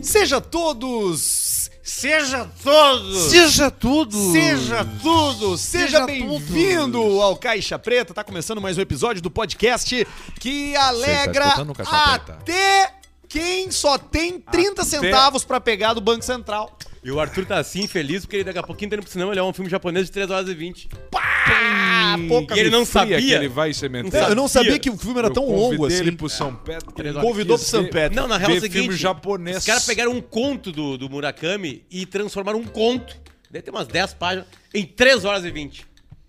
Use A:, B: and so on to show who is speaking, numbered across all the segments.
A: Seja todos,
B: Seja todos!
C: Seja tudo!
A: seja tudo, seja
C: Seja
A: bem-vindo
C: todos.
A: ao Caixa Preta. Tá começando mais um episódio do podcast que alegra
C: escutando o Caixa Preta?
A: até quem só tem 30 centavos pra pegar do Banco Central.
B: E o Arthur tá assim, feliz, porque ele daqui a pouquinho tá indo pro cinema olhar um filme japonês de 3 horas e 20.
A: Ah, pouca
B: E ele não
D: fria
B: sabia.
D: que ele vai ser mentado.
A: Não, eu não sabia
B: sabia.
A: que o filme era
D: Eu
A: tão
D: convidei
A: longo assim.
D: ele pro São Pedro.
B: Ele
A: Convidou
D: quis
A: pro São
D: ver-
A: Pedro.
B: Não, na real é o
D: Ver
B: seguinte.
D: filme japonês.
B: Os caras pegaram um conto do, do Murakami e transformaram um conto, deve ter umas 10 páginas, em 3 horas e 20.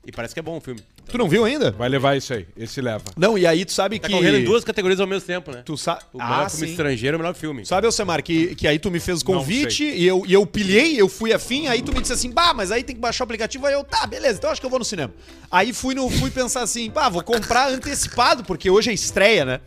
B: E parece que é bom o filme.
A: Tu não viu ainda?
D: Vai levar isso aí. Esse leva.
A: Não, e aí tu sabe
B: Tá
A: que
B: correndo em duas categorias ao mesmo tempo, né?
A: tu sabe,
B: O melhor
A: ah,
B: filme
A: sim.
B: estrangeiro é o melhor filme.
A: Sabe, Alcemar, que, que aí tu me fez o
D: Não
A: convite e eu, e eu pilhei, eu fui afim, aí tu me disse assim, bah, mas aí tem que baixar o aplicativo, aí eu, tá, beleza, então acho que eu vou no cinema. Aí fui, no, fui pensar assim, pá, vou comprar antecipado, porque hoje é estreia, né?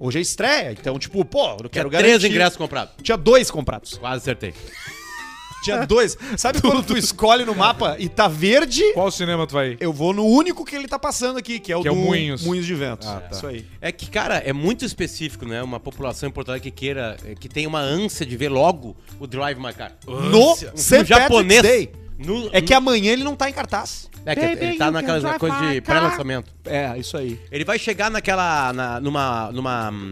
A: Hoje é estreia, então, tipo, pô, eu
B: Tinha
A: quero garantir.
B: três ingressos comprados.
A: Tinha dois comprados.
B: Quase acertei.
A: Tinha dois. Sabe quando tu escolhe no mapa e tá verde?
D: Qual cinema tu vai ir?
A: Eu vou no único que ele tá passando aqui, que é o
D: Que é
A: do
D: o Moinhos.
A: de Vento.
D: Ah, tá.
A: Isso aí.
B: É que, cara, é muito específico, né? Uma população importante que queira, eh, que tem uma ânsia de ver logo o Drive My Car.
A: No
B: Um
A: St.
B: filme japonês.
A: Patrick's Day.
B: No-
A: É que amanhã ele não tá em cartaz.
B: É que ele tá naquela coisa de pré-lançamento.
A: É, isso aí.
B: Ele vai chegar naquela. na- numa. numa. hum,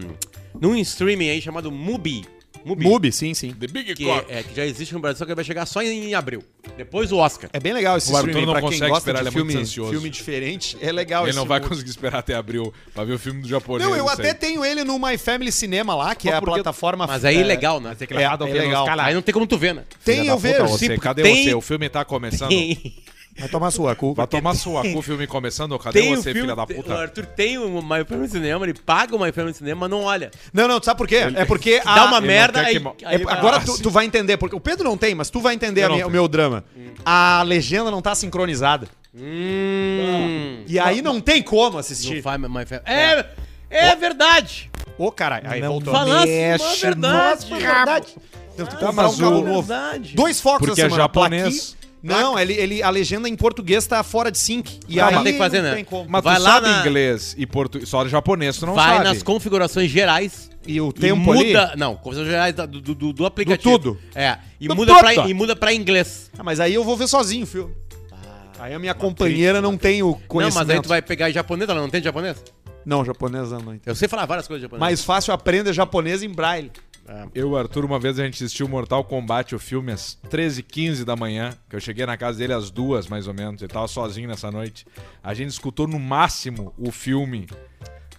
B: num streaming aí chamado Mubi. Mubi.
A: Mubi, sim, sim.
D: The Big
B: Que, é, que já existe no Brasil, só que ele vai chegar só em, em abril. Depois o Oscar.
A: É bem legal esse
D: O Arthur
A: streaming,
D: não
A: pra quem
D: consegue
A: gosta
D: esperar,
A: de
D: ele é muito
A: filme,
D: ansioso.
A: filme diferente, é legal
D: Ele
A: esse
D: não vai
A: mundo.
D: conseguir esperar até abril pra ver o filme do japonês.
A: Não, eu
D: isso aí.
A: até tenho ele no My Family Cinema lá, que
D: Mas
A: é a
D: por que-
A: plataforma...
B: Mas aí é legal, né?
D: Tem que
A: É,
D: lá dar
A: é
D: o filme
A: legal.
D: nos caras.
B: Aí não tem como tu ver, né?
A: Tem,
D: Filha
A: eu
D: da puta,
A: vejo.
D: Você,
B: Sim,
D: cadê
B: tem-
D: você? O filme tá começando.
B: Tem,
A: Vai tomar sua culpa.
D: Vai tomar sua cu, o filme começando. Cadê
B: tem o
D: você,
B: filme.
D: filha da
B: O
D: puta?
B: Arthur tem o My Family Cinema, ele paga o My Family Cinema, mas não olha.
A: Não, não, tu sabe por quê? É porque a...
B: Dá uma
D: não
B: merda
D: quer
B: aí.
D: que mo-
A: É,
B: aí vai-
A: agora tu, tu vai entender, porque o Pedro não tem, mas tu vai entender
D: Eu
A: a
D: não
A: minha- o
D: tenho.
A: meu drama. A legenda não tá sincronizada.
B: Hum.
A: E aí não tem como assistir.
B: Não faz My Family. É, é verdade.
A: Ô, caralho, aí voltou.
B: Falasse uma
C: mexe
B: verdade.
A: É verdade. Tem que comprar
D: mas
A: um carro
D: o-
A: novo.
B: Verdade.
A: Dois focos
D: Porque
A: essa
D: é
A: semana.
D: japonês.
A: Plaqui- Não, ele, ele, a legenda em português tá fora de sync. E
B: Não,
A: aí
B: mas tem que fazer,
A: não
B: né?
A: tem como.
D: Mas
B: Vai
D: tu
B: lá
D: sabe
B: na-
D: inglês e português. Só japonês, tu não
B: Vai
D: sabe.
B: nas configurações gerais.
A: E o
B: e
A: tempo ali?
B: muda, Não, configurações gerais da- do, do, do aplicativo.
A: Do um tudo.
B: É. E,
A: Do
B: muda pra,
A: tudo.
B: e muda pra inglês.
A: Ah, mas aí eu vou ver sozinho o filme. Aí a minha companheira não tem o
B: Ah, Não,
A: conhecimento.
B: mas aí tu vai pegar em japonês, ela não entende japonês?
A: Não, japonesa não entendo.
B: Eu sei falar várias coisas em japonês.
A: Mais fácil aprender japonês em braille.
D: Eu e o Arthur, uma vez a gente assistiu Mortal Kombat, o filme, às 13h15 da manhã, que eu cheguei na casa dele às duas, mais ou menos, ele tava sozinho nessa noite. A gente escutou no máximo o filme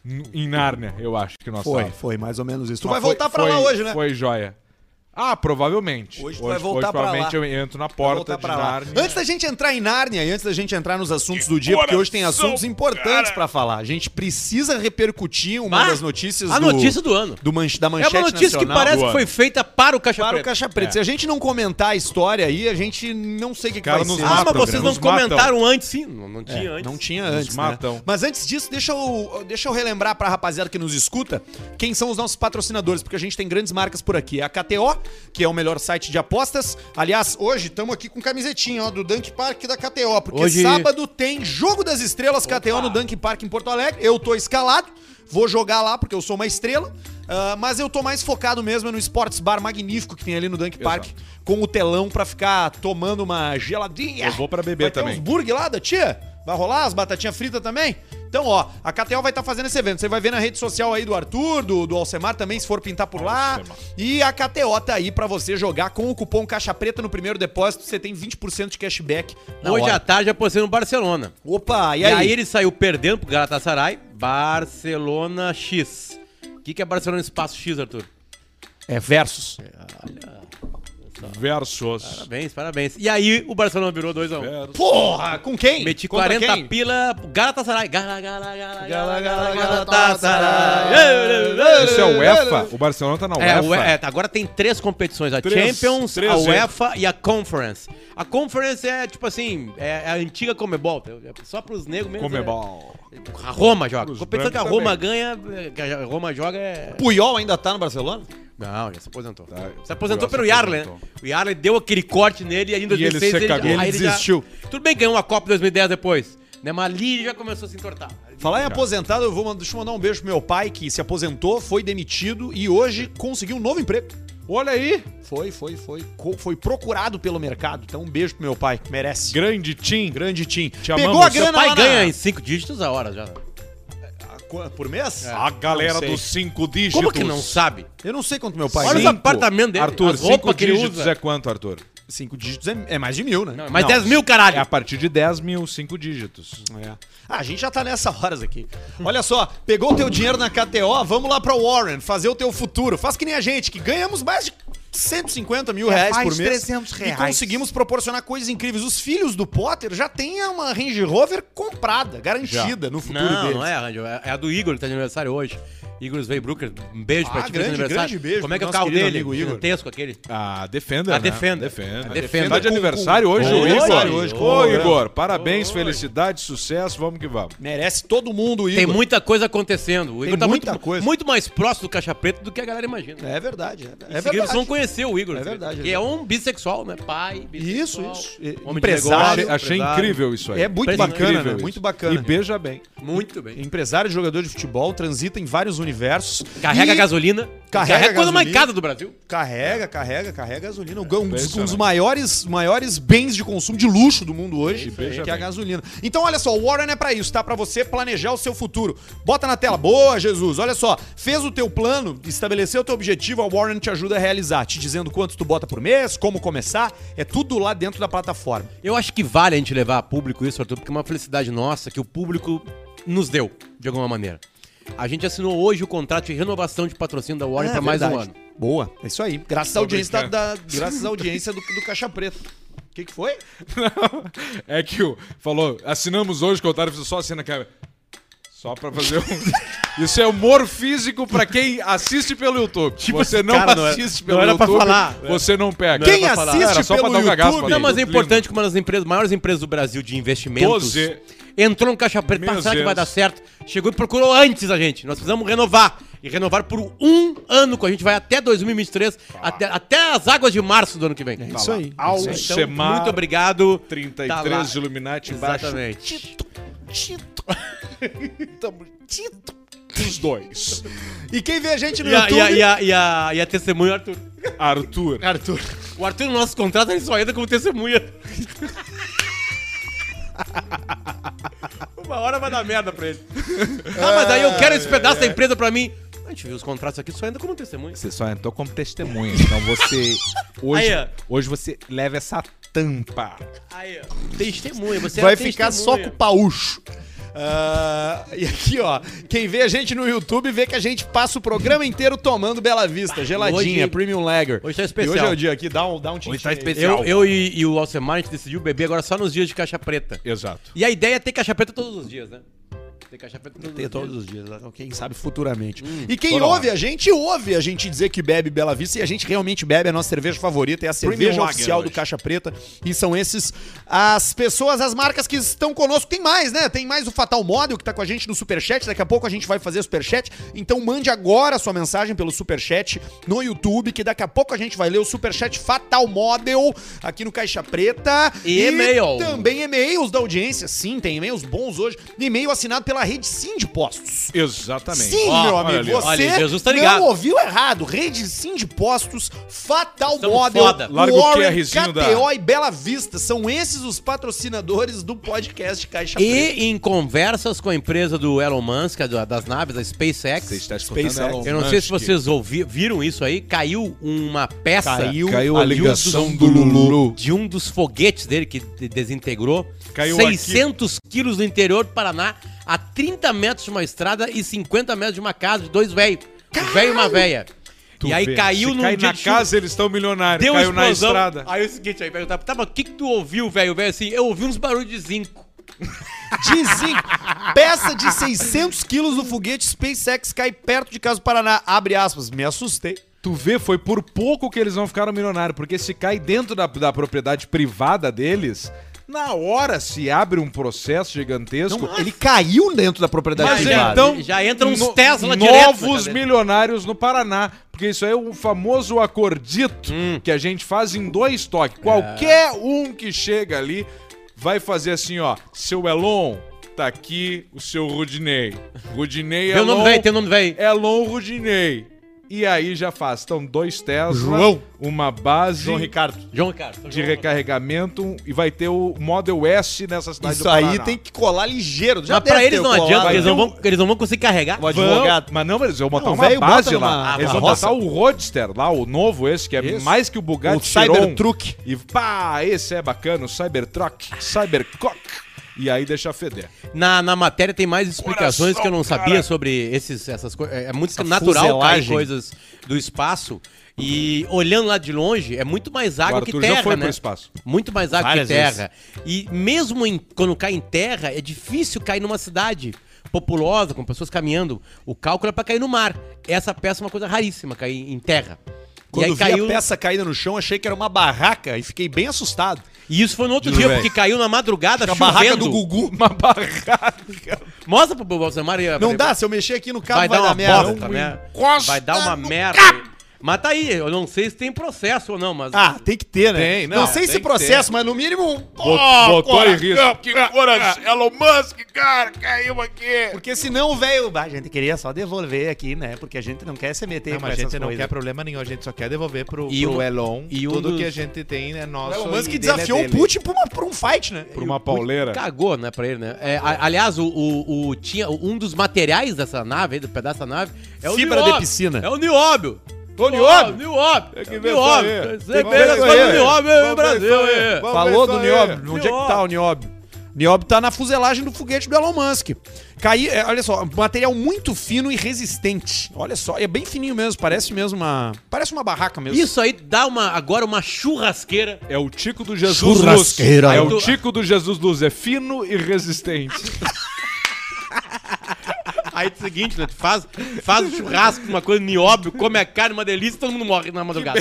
D: n- em Nárnia, eu acho que nós
A: Foi,
B: Tá.
D: tava.
A: foi mais ou menos isso. Tu
D: Mas
A: vai
D: foi-
A: voltar pra
D: foi-
A: lá hoje, né?
D: Foi joia. Ah, provavelmente.
A: Hoje tu vai voltar pra
D: provavelmente
A: lá.
D: eu entro na
A: Vai
D: porta
A: voltar
D: de
A: pra lá.
D: Nárnia.
A: Antes da gente entrar em Nárnia e antes da gente entrar nos assuntos do dia, porque hoje tem assuntos importantes pra falar. A gente precisa repercutir uma
B: Ah,
A: das notícias
B: a notícia do ano.
A: do manche- da
B: É
A: manchete
B: uma notícia que
A: nacional.
B: parece
D: do
B: que foi
D: ano.
B: feita para o Caixa
A: Para o
B: Preta.
A: Caixa Preta.
D: É.
A: Se a gente não comentar a história aí, a gente não sei o que, que
D: Cara,
A: vai
D: nos
A: ser.
D: mata,
B: Ah, mas
D: Programa.
B: vocês não
D: Nos matam.
B: comentaram antes, sim. Não, não tinha
A: É,
B: antes.
A: Não tinha
D: Nos
A: antes, né?
D: matam.
A: Mas antes disso, deixa eu, deixa eu relembrar pra rapaziada que nos escuta quem são os nossos patrocinadores, porque a gente tem grandes marcas por aqui. É a KTO, que é o melhor site de apostas. Aliás, hoje estamos aqui com camisetinha ó, do Dunk Park e da KTO, porque
B: Hoje-
A: sábado tem Jogo das Estrelas KTO no Dunk Park em Porto Alegre. Eu tô escalado, vou jogar lá porque eu sou uma estrela. ah, mas eu tô mais focado mesmo no Sports Bar magnífico que tem ali no Dunk Park, com o telão pra ficar tomando uma geladinha.
D: Eu vou pra beber
A: Vai ter
D: também.
A: uns burger lá da tia? Vai rolar as batatinhas fritas também? Então, ó, a KTO vai estar fazendo esse evento. Você vai ver na rede social aí do Arthur, do, do Alcemar também, se for pintar por lá.
D: Alcemar.
A: E a KTO tá aí pra você jogar com o cupom Caixa Preta no primeiro depósito. Você tem 20% de cashback. na
B: Hoje
A: hora.
B: à tarde eu apostei no Barcelona.
A: Opa,
B: E aí? ele saiu perdendo pro Galatasaray, Barcelona X. O que, que é Barcelona Espaço X, Arthur?
A: É versus.
D: Versus.
B: Parabéns, parabéns. E aí o Barcelona virou
D: É.
B: 2x1.
A: Porra, com quem?
B: Meti
A: Contra
B: 40
A: quem?
B: pila pro Galatasaray. Gala, gala, gala, gala, gala,
A: Galatasaray.
B: Galatasaray.
D: Isso é o UEFA? O Barcelona tá na
B: É,
D: UEFA.
B: o- é, agora tem três competições, a
D: Três,
B: Champions,
D: três,
B: a
D: é.
B: UEFA e a Conference. A Conference é tipo assim, é a antiga Comebol, é só pros negros mesmo.
D: Comebol.
B: é- A Roma joga.
D: Pros
B: Competição que a
D: brancos
B: Roma ganha, é, que a Roma joga é...
A: Puyol ainda tá no Barcelona?
B: Não, já se aposentou.
A: Tá.
B: se
D: Puyol
B: aposentou
D: se
B: pelo Yarley, né?
D: aposentou.
B: O Yarley deu aquele corte nele e aí em
D: E ele
B: 2006
D: se cagou.
B: aí
D: Ele
B: já-
D: desistiu.
B: Tudo bem que ganhou a Copa em 2010 depois, né? Mas ali ele já começou a se entortar.
A: Falar em aposentado, eu vou mandar, deixa eu mandar um beijo pro meu pai que se aposentou, foi demitido e hoje conseguiu um novo emprego.
D: Olha aí,
A: Foi, foi, foi. Co- Foi procurado pelo mercado. Então um beijo pro meu pai, que merece.
D: grande Tim.
A: Grande Tim.
D: Te
A: Pegou
D: amamos.
A: a
B: Seu
A: grana
B: pai
A: lá na-
B: ganha em cinco dígitos a hora já.
A: Ah, qu- Por mês?
B: É.
D: A galera
A: Não sei.
D: dos cinco dígitos.
B: Como que não sabe?
A: Eu não sei quanto meu pai
B: Olha
A: ganha.
B: os apartamentos dele,
D: Arthur,
B: as roupas
D: cinco
B: que ele
D: dígitos
B: usa.
D: é quanto, Arthur?
A: Cinco dígitos é, é mais de mil, né?
B: Não, mais 10 mil, caralho.
D: É a partir de 10 mil, cinco dígitos.
A: É. Ah, a gente já tá nessa horas aqui. Olha só, pegou o teu dinheiro na KTO, vamos lá pra Warren, fazer o teu futuro. Faz que nem a gente, que ganhamos mais de 150
B: É,
A: mil reais
C: mais
A: por mês.
C: 300
A: E
C: reais.
A: conseguimos proporcionar coisas incríveis. Os filhos do Potter já têm uma Range Rover comprada, garantida, no futuro
B: Não,
A: deles.
B: não é, Randy. É é a do Igor que tá de aniversário hoje. Igor Sveibrooker, um beijo pra
A: Ah,
B: ti, feliz
A: grande,
B: aniversário.
A: grande beijo
B: Como é que é
A: pro
B: o
A: nosso
B: carro
A: querido
B: dele?
A: amigo Igor.
B: Gigantesco aquele.
D: A Defender,
B: A
D: né?
B: Defender.
D: Defender.
B: A Defender.
D: Tá de
B: Com-
D: aniversário hoje,
B: com-
D: o
B: Hoje,
D: Igor.
B: hoje,
D: Ô,
A: comemorando.
D: Igor, parabéns, felicidade, sucesso, vamos que vamos.
A: Merece todo mundo, Igor.
B: Tem muita coisa acontecendo. O Igor tá
A: muita
B: muito,
A: coisa.
B: muito mais próximo do Caixa Preta do que a galera imagina.
A: É verdade, é, é
B: Esse Grilo
A: verdade.
B: não conheceu o Igor.
A: É verdade, é
B: Que é um bissexual, né? Pai, bissexual.
A: Isso, isso.
B: Homem
A: Empresário.
B: de
D: Achei,
B: negócio.
D: achei incrível isso aí. Tá
A: É muito
B: Impressionante.
A: bacana, né?
D: isso.
A: Muito bacana.
D: E beija bem.
B: Muito bem.
A: Empresário, jogador de futebol, transita em vários universos.
B: Carrega
A: E-
B: gasolina. é
A: Carrega
B: a coisa mais
A: gasolina.
B: cara do Brasil.
A: Carrega, carrega, carrega gasolina. Um, um dos, um dos
D: impressionante.
A: maiores, maiores bens de consumo de luxo do mundo hoje,
D: Isso aí.
A: que é
D: Veja
A: a
D: bem.
A: gasolina. Então, olha só, o Warren é pra isso, tá? Pra você planejar o seu futuro. Bota na tela. Boa, Jesus. Olha só, fez o teu plano, estabeleceu o teu objetivo, a Warren te ajuda a realizar, te dizendo quanto tu bota por mês, como começar, é tudo lá dentro da plataforma.
B: Eu acho que vale a gente levar a público isso, Arthur, porque é uma felicidade nossa que o público nos deu, de alguma maneira. A gente assinou hoje o contrato de renovação de patrocínio da Warner
A: É,
B: pra mais um
A: verdade.
B: ano.
A: Boa, é isso aí. Graças à
D: Tô
A: audiência, da,
D: brincando.
A: da- graças à audiência do, do Caixa Preta. O que, que foi?
D: É que o. Falou, assinamos hoje, contaram, só assina, cara. Só pra fazer um. Isso é humor físico pra quem assiste pelo YouTube. você não
B: Tipo assim, cara, não era-
D: assiste
B: não
D: pelo
B: era pra
D: YouTube,
B: falar.
D: você não pega.
A: Quem
D: Não era pra falar.
A: assiste
D: Era só pra
A: pelo
D: dar um cagaço
A: YouTube?
D: pra
B: Não,
D: mim.
B: mas é
D: Lindo.
B: importante que uma das empresas, maiores empresas do Brasil de investimentos,
D: Doze.
B: entrou no caixa preta,
D: Meu
B: "Ah, será que vai
D: Deus.
B: dar certo? Chegou e procurou antes a gente. Nós precisamos renovar. E renovar por um ano com a gente, vai até 2023, até, até as águas de março do ano que vem.
A: É isso aí.
D: Ao
A: Isso aí.
B: Então,
D: Semar,
B: muito obrigado. Tá
D: 33
B: lá.
D: de Illuminati embaixo.
B: Exatamente.
D: Os dois.
A: E quem vê a gente no
B: E a,
A: YouTube...
B: e, a, e, a, e, a, e a testemunha, Arthur.
D: Arthur.
A: Arthur.
B: O Arthur, no nosso contrato, ele só entra como testemunha. Uma hora vai dar merda pra ele. Ah, mas aí eu quero esse pedaço da empresa pra mim. A gente viu os contratos aqui, só entra como testemunha.
C: Você só entrou como testemunha. Então você. Hoje,
B: Aí, ó.
C: hoje você leva essa tampa.
B: Aí, ó. Testemunha, você
A: vai
B: é
A: ficar só com o
B: testemunha.
A: paúcho. Ah, e aqui, ó, quem vê a gente no YouTube vê que a gente passa o programa inteiro tomando Bela Vista, geladinha,
B: hoje-
A: Premium Lager.
B: hoje tá
A: E
B: especial.
A: hoje é o dia aqui, dá um, dá um
C: Hoje tá
A: tintim aí.
C: especial.
B: Eu, eu e, e o Alcemar, a gente decidiu beber agora só nos dias de caixa preta.
D: Exato.
B: E a ideia é ter caixa preta todos os dias, né? Ter caixa preta todos
A: Tem
B: os dias.
A: todos os dias, então quem sabe futuramente. e quem
D: toda
A: ouve a gente, ouve a gente dizer que bebe Bela Vista e a gente realmente bebe a nossa cerveja favorita, é a cerveja
D: Lager
A: oficial do
D: hoje.
A: Caixa Preta. E são esses as pessoas, as marcas que estão conosco. Tem mais, né? Tem mais o Fatal Model que tá com a gente no Superchat. Daqui a pouco a gente vai fazer Superchat. Então mande agora a sua mensagem pelo Superchat no YouTube, que daqui a pouco a gente vai ler o Superchat Fatal Model aqui no Caixa Preta.
B: E e-mail.
A: Também e-mails da audiência, sim, tem e-mails bons hoje. E-mail assinado pela rede Sim de Postos.
D: Exatamente.
A: Sim,
B: Ó,
A: meu
B: olha
A: amigo,
D: ali, ó.
A: você
B: Olha, Jesus tá ligado.
A: não ouviu errado. Rede Sim de Postos, Fatal
B: Estamos
A: Model,
B: foda.
D: Larga o
A: Warren,
D: QRzinho
A: KTO
D: da-
A: e Bela Vista. São esses os patrocinadores do podcast Caixa Preta.
B: E em conversas com a empresa do Elon Musk, a do- das naves, a SpaceX.
C: Você está
D: é
C: escutando
A: SpaceX.
C: Elon
B: Eu não sei
D: Musk.
B: se vocês ouvi, viram isso aí. Caiu uma peça.
A: Caiu
D: Caiu a
B: ali um
D: ligação
B: dos-
D: do Lulu.
B: De um dos foguetes dele que de- desintegrou.
D: Caiu um
B: 600 quilos no interior do Paraná, a 30 metros de uma estrada e 50 metros de uma casa de dois velhos. Um velho e uma velha.
D: Tu
B: e aí
D: vê,
B: caiu
D: se
B: num
D: cai
B: dia
D: na
B: de chuva.
D: casa, eles estão milionários.
B: Deu
D: caiu
B: explosão.
D: na estrada.
B: Aí é o seguinte, aí perguntava, tá, mas o que, que tu ouviu, velho? O velho assim, eu ouvi uns barulhos de zinco.
A: Dizem, peça de 600 quilos do foguete SpaceX cai perto de casa do Paraná. Abre aspas, me assustei.
D: Tu vê, foi por pouco que eles não ficaram milionários, porque se cai dentro da, da propriedade privada deles, na hora se abre um processo gigantesco.
A: Ele caiu dentro da propriedade
D: mas
B: já-
A: privada.
D: então
B: já entra um uns
D: no-
B: Tesla direto né, na
D: novos
B: cabeça.
D: milionários no Paraná, porque isso aí é o famoso acordito
B: Hum.
D: que a gente faz em dois toques. Qualquer
B: É.
D: um que chega ali vai fazer assim, ó, seu Elon tá aqui, o seu Rudinei. Rudinei
B: Meu nome
D: Elon,
B: velho, teu nome velho.
D: Elon É Rudinei. E aí já faz. Então, dois Tesla,
A: João.
D: uma base
E: João Ricardo.
B: João Ricardo.
D: de recarregamento e vai ter o Model S nessa cidade
E: Isso
D: do
E: aí
D: Paraná.
E: tem que colar ligeiro. Já
B: Mas pra
E: deve ter
B: eles
E: o
B: não
E: colar,
B: adianta, porque eles não,
E: vai
B: vão, eles não vão conseguir carregar.
E: ter um- um
D: Vão,
E: advogado.
D: Mas não, eles vão botar
E: Não,
D: uma
E: velho, bota
D: base
E: numa-
D: lá. Eles vão
E: carroça.
D: botar o Roadster lá, o novo esse, que é
E: Isso.
D: mais que o
E: O
D: Bugatti Chiron.
E: Cybertruck.
D: E pá, esse é bacana, o Cybertruck, Cybercock. E aí deixa feder.
B: Na, na matéria tem mais explicações
D: Coração,
B: que eu não sabia
D: cara.
B: sobre esses, essas coisas. É é muito
E: Essa
B: natural cair
E: fuselagem.
B: coisas do espaço. E olhando lá de longe, é muito mais água
D: o Arthur
B: que terra,
D: já foi
B: né?
D: pro espaço.
B: Muito mais água
E: Várias
B: que terra. E mesmo em- quando cai em terra, é difícil cair numa cidade populosa, com pessoas caminhando. O cálculo é pra cair no mar. Essa peça é uma coisa raríssima, cair em terra.
A: Quando
B: e aí
A: vi
B: caiu.
A: a peça caída no chão, achei que era uma barraca e fiquei bem assustado.
B: E isso foi no outro dia,
D: velho.
B: porque caiu na madrugada,
A: A
B: chovendo.
A: barraca do Gugu.
D: Uma barraca.
B: Mostra pro Bolsonaro. aí,
A: Não
B: pra-
A: dá, se eu mexer aqui no cabo
B: vai,
A: vai,
B: dar uma
A: dar merda.
B: bosta, né?
D: encosta
B: Vai dar uma merda. Mas tá aí, eu não sei se tem processo ou não, mas.
A: Ah, tem que ter, né?
D: Tem, não,
A: não sei
D: tem
A: se
D: que
A: processo, mas no mínimo um.
D: botou em risco.
A: Porque senão o velho. A gente queria só devolver aqui, né? Porque a gente não quer se meter
E: Não,
A: com
E: mas a
A: essas
E: gente não
A: coisas.
E: quer problema nenhum, a gente só quer devolver pro,
B: E
E: pro
B: um-
E: Elon
B: e um
E: tudo
B: dos-
E: que a gente tem é nosso.
A: O Musk
E: e dele é
A: desafiou o
E: dele.
A: Putin pra, uma- pra um fight, né?
D: Por uma pauleira.
B: Cagou, né, pra ele, né? É, a- aliás, o, o- o- tinha, um dos materiais dessa nave, aí, do pedaço da nave, é o
A: Fibra de
B: nióbio.
A: piscina.
B: É o nióbio.
D: Ô, nióbio?
B: Ô, Nióbio.
D: Tem que
B: É o
D: ver
B: nióbio.
D: isso aí.
B: Você
D: Tem que
B: pega
D: ver
B: as
D: isso
B: coisas do
D: aí.
B: nióbio
D: Vamos
B: aí,
D: ver
B: no Brasil.
D: isso aí.
B: aí.
D: Vamos
A: Falou
D: ver
A: do
D: isso aí.
A: Nióbio. Onde é que tá o Nióbio? Nióbio tá na fuselagem do foguete do Elon Musk. Caí, é, olha só, material muito fino e resistente. Olha só, é bem fininho mesmo, parece mesmo uma, parece uma barraca mesmo.
B: Isso aí dá uma, agora uma churrasqueira.
D: É o Tico do Jesus Luz.
A: Churrasqueira.
D: É o Tico do Jesus Luz. É fino e resistente.
B: Aí é o seguinte, né? Tu faz, faz o churrasco, uma coisa nióbio, come a carne, uma delícia, todo mundo morre na madrugada.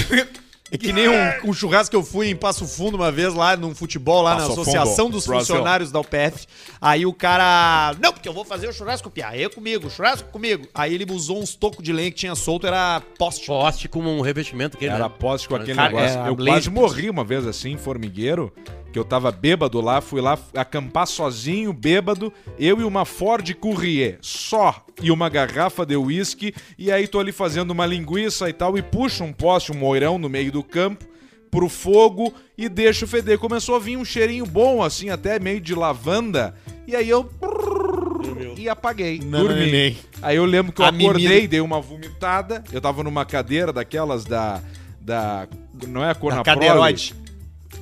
A: É que nem um, um churrasco que eu fui em Passo Fundo uma vez lá num futebol, lá
D: Passo
A: na Associação
D: Fundo,
A: dos
D: Brasil.
A: Funcionários da UPF. Aí o cara. Não, porque eu vou fazer o churrasco piá. É comigo, churrasco comigo. Aí ele usou uns tocos de lenha que tinha solto, era poste.
B: Poste com um revestimento que ele
D: Era
B: né?
D: poste com aquele
B: Cara,
D: negócio.
A: era
D: eu
A: blazer.
D: quase morri uma vez assim, em formigueiro, que eu tava bêbado lá, fui lá acampar sozinho, bêbado, eu e uma Ford Courier, só, e uma garrafa de uísque, e aí tô ali fazendo uma linguiça e tal, e puxo um poste, um moirão no meio do campo, pro fogo e deixo feder. Começou a vir um cheirinho bom, assim, até meio de lavanda, e aí eu... E apaguei. Dormi. Aí eu lembro que eu
A: A
D: acordei,
A: mimir.
D: dei uma vomitada. Eu tava numa cadeira daquelas da. da não é a cor
A: Na
D: na
A: cadeiroide.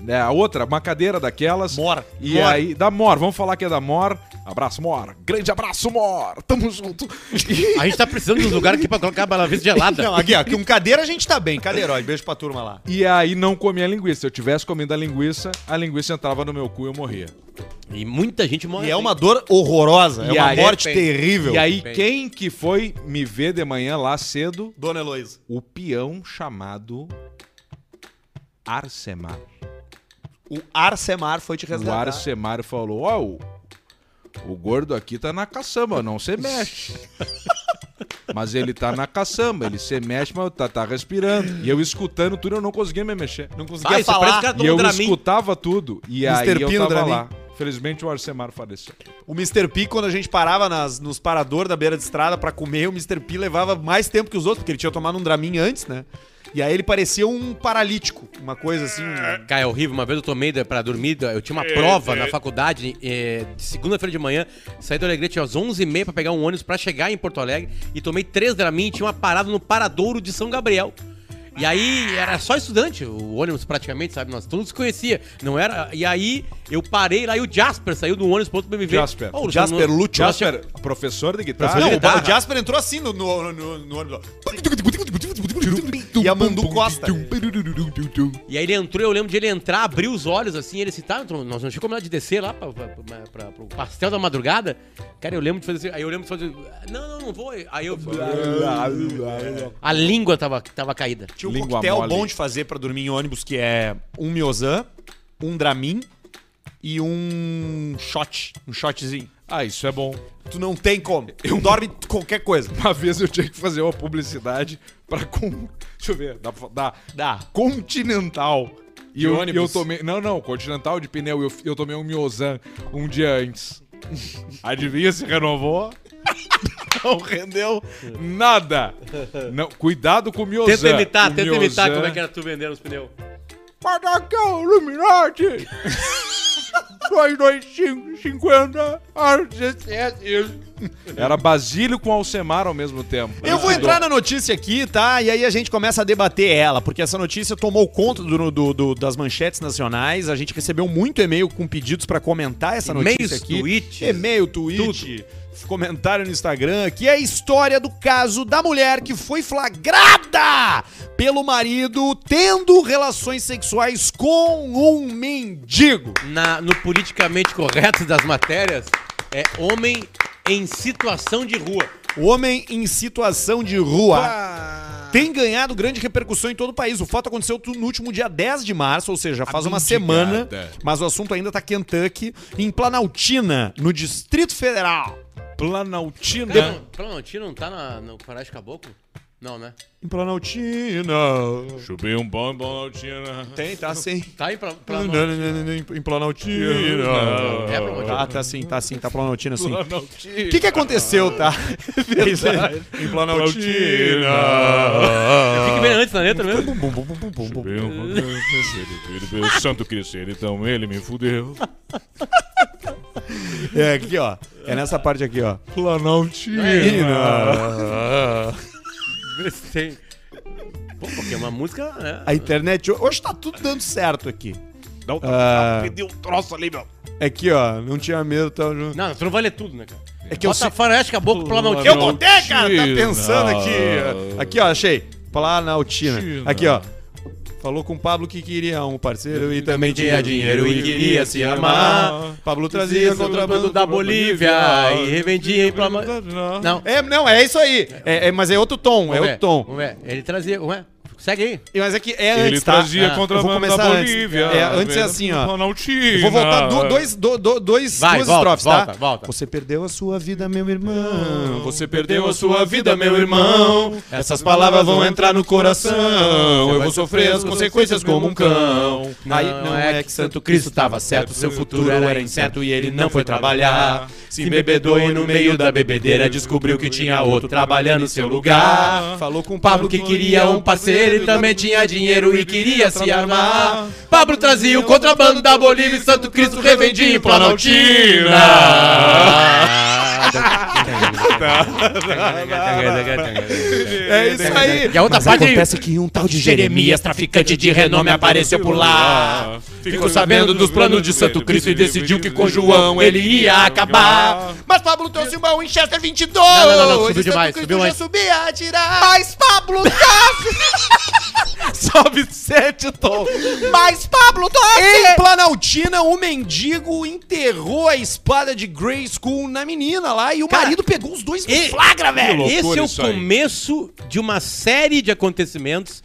D: É a outra, uma cadeira daquelas.
A: Mora.
D: E aí, da Mor, vamos falar que é da Mor. Abraço, Mor. Grande abraço, Mor. Tamo junto.
B: A gente tá precisando de um lugar aqui pra colocar a balavista gelada.
A: Não, aqui, ó, aqui um cadeira a gente tá bem. Cadeiroide. Beijo pra turma lá.
D: E aí não comi a linguiça. Se eu tivesse comido a linguiça, a linguiça entrava no meu cu e eu morria.
B: E muita gente morre.
A: E é uma dor horrorosa. É
D: E
A: uma
D: aí,
A: morte
B: bem.
A: terrível.
D: E aí,
B: Bem.
D: quem que foi me ver de manhã lá cedo?
A: Dona Heloísa.
D: O peão chamado Arsemar.
A: O Arcemar foi te
D: O
A: resgatar.
D: Arcemar falou: Ó, o, o gordo aqui tá na caçamba, não se mexe. mas ele tá na caçamba, ele se mexe, mas tá, tá respirando. E eu escutando tudo, eu não conseguia me mexer.
A: Não conseguia
B: Ah, isso
A: falar.
B: parece que ela
D: E
B: tomou
D: eu
B: Dramin.
D: escutava tudo. E aí
A: Mr.
D: eu
A: Pino
D: tava
A: Dramin.
D: lá. Felizmente o Arcemar faleceu.
A: O Mr. P, quando a gente parava nas- nos parador da beira de estrada pra comer, o Mr. P levava mais tempo que os outros, porque ele tinha tomado um Dramin antes, né? E aí ele parecia um paralítico, uma coisa assim. um-
B: Cara, é horrível. Uma vez eu tomei da- pra dormir, da- eu tinha uma prova na faculdade, eh, de segunda-feira de manhã, saí do Alegrete às 11h30 pra pegar um ônibus pra chegar em Porto Alegre e tomei três Dramin e tinha uma parada no Paradouro de São Gabriel. E aí era só estudante, o ônibus praticamente, sabe? Nós todos conhecia, não era? E aí eu parei lá e o Jasper saiu do ônibus pro outro BMV.
D: Jasper.
B: Ô, Luciano,
A: Jasper
B: não-
A: Lúcio.
D: Jasper, professor de guitarra.
B: Professor de
A: Não,
D: Não,
A: o
B: guitarra.
A: Ba- Jasper entrou assim no, no, no, no ônibus. ó. E a Mandu Costa.
B: E aí ele entrou, eu lembro de ele entrar, abrir os olhos assim, ele assim, tá, nós não tínhamos combinado de descer lá pra, pra, pra- pra- pro pastel da madrugada. Cara, eu lembro de fazer assim, aí eu lembro de fazer, não, não, não vou. Aí eu... A língua tava, tava caída.
A: Tinha um
D: Língua
A: coquetel
D: mole.
A: bom de fazer pra dormir em ônibus, que é um Miozan, um Dramin e um shot, um shotzinho.
D: Ah, isso é bom.
A: Tu não tem como. Eu dorme qualquer coisa.
D: Uma vez eu tinha que fazer uma publicidade pra. Com... Deixa eu ver, dá pra. dá.
A: Dá.
D: Continental. E
A: De
D: eu,
A: ônibus?
D: eu tomei. Não, não, Continental de pneu. Eu, eu tomei um Miozan um dia antes. Adivinha se renovou? não rendeu nada. Não, cuidado com o Miozan.
B: Tenta imitar,
D: O
B: tenta imitar
D: Miozan-
B: como é que era tu vendendo os pneus.
D: Padacão Illuminati! 22550 Era Basílio com Alcemar ao mesmo tempo.
A: Eu vou entrar na notícia aqui, tá? E aí a gente começa a debater ela, porque essa notícia tomou conta do- do- do- das manchetes nacionais. A gente recebeu muito e-mail com pedidos pra comentar essa notícia
B: E-mails,
A: aqui.
B: tweets.
A: e-mail, tweet, comentário no Instagram, que é a história do caso da mulher que foi flagrada pelo marido tendo relações sexuais com um mendigo.
B: Na- no politicamente correto das matérias, é homem em situação de rua.
A: O homem em situação de rua
D: Ah.
A: tem ganhado grande repercussão em todo o país. O fato aconteceu tu- no último dia 10 de março, ou seja, faz uma semana, mas o assunto ainda tá Kentucky, em Planaltina, no Distrito Federal.
D: Planaltina.
B: Não, Planaltina Então, não tá na, no Pará de Caboclo? Não, né?
A: Em Planaltina.
D: Chupei um pão em Planaltina.
A: Tem, tá sim.
B: Tá em pra, pra
A: Em Planaltina.
B: É Planaltina.
A: Tá, tá sim, tá sim, tá Planaltina sim.
D: Planaltina.
A: O que, que aconteceu, tá? em
B: Tem que ver antes na letra mesmo.
D: Chupei um pão em Planaltina. Santo Cristo, então ele me fudeu.
A: É, aqui, ó. É nessa parte aqui, ó.
D: Planaltina.
B: Tem. Pô, porque é uma música, né?
A: A internet. Hoje tá tudo dando certo aqui.
D: Dá um
A: Ah.
D: Pedi um troço ali, meu.
A: Aqui, ó. Não tinha medo, tava junto.
B: Não, tu não vai ler tudo, né, cara?
A: É que eu
B: Bota
A: sei.
B: Faroeste Caboclo,
A: Eu
B: Planaltina.
A: botei, cara! Tá pensando aqui.
D: Planaltina.
A: Aqui, ó, achei. Planaltina.
D: Tina.
A: Aqui, ó. Falou com o Pablo que queria um parceiro e também tinha dinheiro e queria se amar. Pablo trazia contrabando da Bolívia.
B: e revendia em Planaltina. Não,
A: É, não, é isso aí. É, é, mas é outro tom, é
B: Vamos ver,
A: outro tom.
B: vamos ver. Ele trazia. Ué, segue aí.
A: E- Mas é que é
D: Ele
A: antes, tá?
D: trazia
B: Ah,
A: eu vou
D: contrabando
A: começar
D: da
A: antes.
D: Bolívia.
A: É, antes é
D: vendo
A: assim, ó.
D: Planaltina.
A: Eu vou voltar do, dois, do, do- dois,
B: Vai,
A: duas
B: volta,
A: estrofes, tá?
B: volta, volta.
A: Você perdeu a sua vida, meu irmão. Você
D: perdeu a sua vida, meu irmão.
A: Essas palavras vão entrar no coração. Eu vou sofrer as consequências como um cão.
B: Não
A: Aí não é que Santo Cristo tava certo, seu futuro era incerto e ele não foi trabalhar. Se embebedou e no meio da bebedeira descobriu que tinha outro trabalhando em seu lugar. Falou com o Pablo que queria um parceiro e também tinha dinheiro e queria se armar.
B: Pablo trazia o contrabando da Bolívia e Santo Cristo revendia em Planaltina.
A: É isso aí.
B: E a outra parte
A: que um tal de
B: Jeremias, traficante de renome, apareceu por lá. Ficou sabendo dos planos de Santo Cristo e decidiu que com João ele ia acabar.
A: Mas Pablo trouxe uma Winchester 22.
B: Não, não, não, não, subiu demais, subiu mais.
A: subia a tirar. Mas Pablo trouxe. Sobe sete, Tom. Mas Pablo trouxe. Em Planaltina, o mendigo enterrou a espada de Grey School na menina lá e o
B: Cara,
A: marido pegou os dois no
B: e-
A: flagra, velho.
D: loucura
B: Esse é o
D: isso aí.
B: começo de uma série de acontecimentos,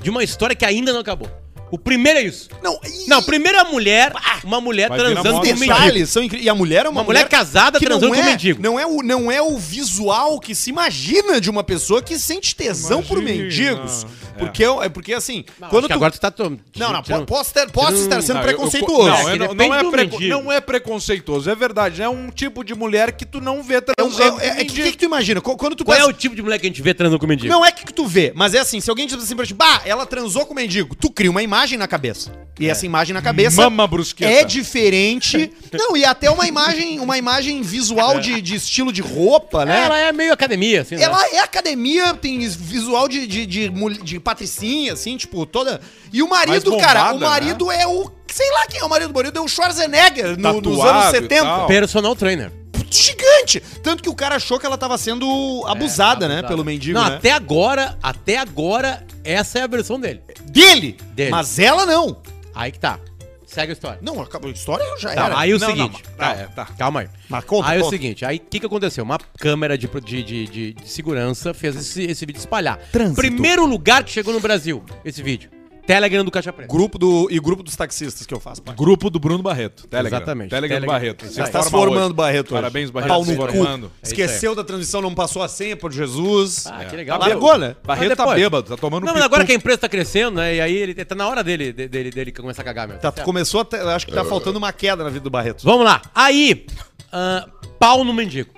B: de uma história que ainda não acabou. O primeiro é isso.
A: Não, e-
B: Não, primeiro é a mulher, uma mulher
D: Vai virar
B: transando
A: os
D: moda.
B: com um
D: Detalhe,
B: mendigo.
A: detalhes são incríveis. E a mulher é uma,
B: Uma mulher casada
A: que
B: transando
A: não
B: com um
A: é,
B: mendigo.
A: Não é, o, não é o visual que se imagina de uma pessoa que sente tesão por
D: Imagina.
A: mendigos. Porque, eu- é porque assim,
B: Não,
A: quando
B: acho que
A: tu...
B: agora tu tá... tom-
A: Não, não,
B: tirando-
A: po- posso, ter- posso estar sendo
D: Não, eu- eu-
A: preconceituoso.
D: não,
B: É
D: é,
B: que
D: não,
B: depende
D: não é
B: do
D: preco-
B: mendigo.
D: não é preconceituoso, é verdade. É um tipo de mulher que tu não vê
A: É um- é-
D: transando.
A: é- é que- que, que tu imagina? Co- Quando tu
B: Qual é
A: pensa-
B: o tipo de mulher que a gente vê transando com mendigo?
A: Não é que, que tu vê, mas é assim, se alguém diz assim pra ti, bah, ela transou com o mendigo, tu cria uma imagem na cabeça. E essa imagem na cabeça
D: É. Mama brusqueta.
A: é diferente. não, e até uma imagem, uma imagem
D: É.
A: visual de, de estilo de roupa, né?
B: Ela é meio academia, assim, né?
A: Ela é academia, tem visual de, de, de, mul- de patricinha, assim, tipo, toda. E o
D: Mais
A: marido,
D: bombada,
A: cara, o marido é o. Sei lá quem é o marido do Marido, é o Schwarzenegger no- nos
D: Tatuado
A: anos
D: e
A: 70.
D: tal.
B: é Personal trainer.
A: Gigante! Tanto que o cara achou que ela tava sendo abusada, né?
B: abusada.
A: Pelo mendigo.
B: não,
A: né?
B: até agora, até agora, essa é a versão dele.
A: Dele.
B: Dele.
A: Mas ela não.
B: Aí que tá. Segue a história.
A: Não, acabou a história já
B: Tá,
A: era.
B: aí o
D: Não,
B: seguinte.
D: não,
B: tá,
D: tá, é, tá.
B: Calma aí.
A: Mas conta,
B: aí é o
A: conta.
B: seguinte, aí o que, que aconteceu? Uma câmera de, de, de, de- de segurança fez esse, esse vídeo espalhar.
A: Trânsito.
B: Primeiro lugar que chegou no Brasil, esse vídeo. Telegram do Caixa Preta.
A: Grupo do, e grupo dos taxistas que eu faço, pai.
D: Grupo do Bruno Barreto. Telegram.
B: Exatamente.
D: Telegram, do
B: Telegram.
D: Barreto.
A: Você está Tá se formando, Barreto. hoje.
D: Parabéns, Barreto,
A: Pau
D: se
A: no
D: formando.
A: cu.
B: É isso
A: Esqueceu da transição, não passou a senha por Jesus.
B: Ah, que
A: Tá
B: legal.
A: Largou, né?
D: Barreto
B: Mas
D: tá
B: depois-
D: bêbado, tá tomando
B: Não, mas
D: pitu.
B: agora que a empresa tá crescendo, né? E aí ele tá na hora dele, de- dele, dele começar a cagar mesmo.
A: Tá,
B: Certo?
A: começou a ter- acho que
F: É.
A: tá faltando uma queda na vida do Barreto.
B: Vamos lá. Aí, ah, pau no mendigo.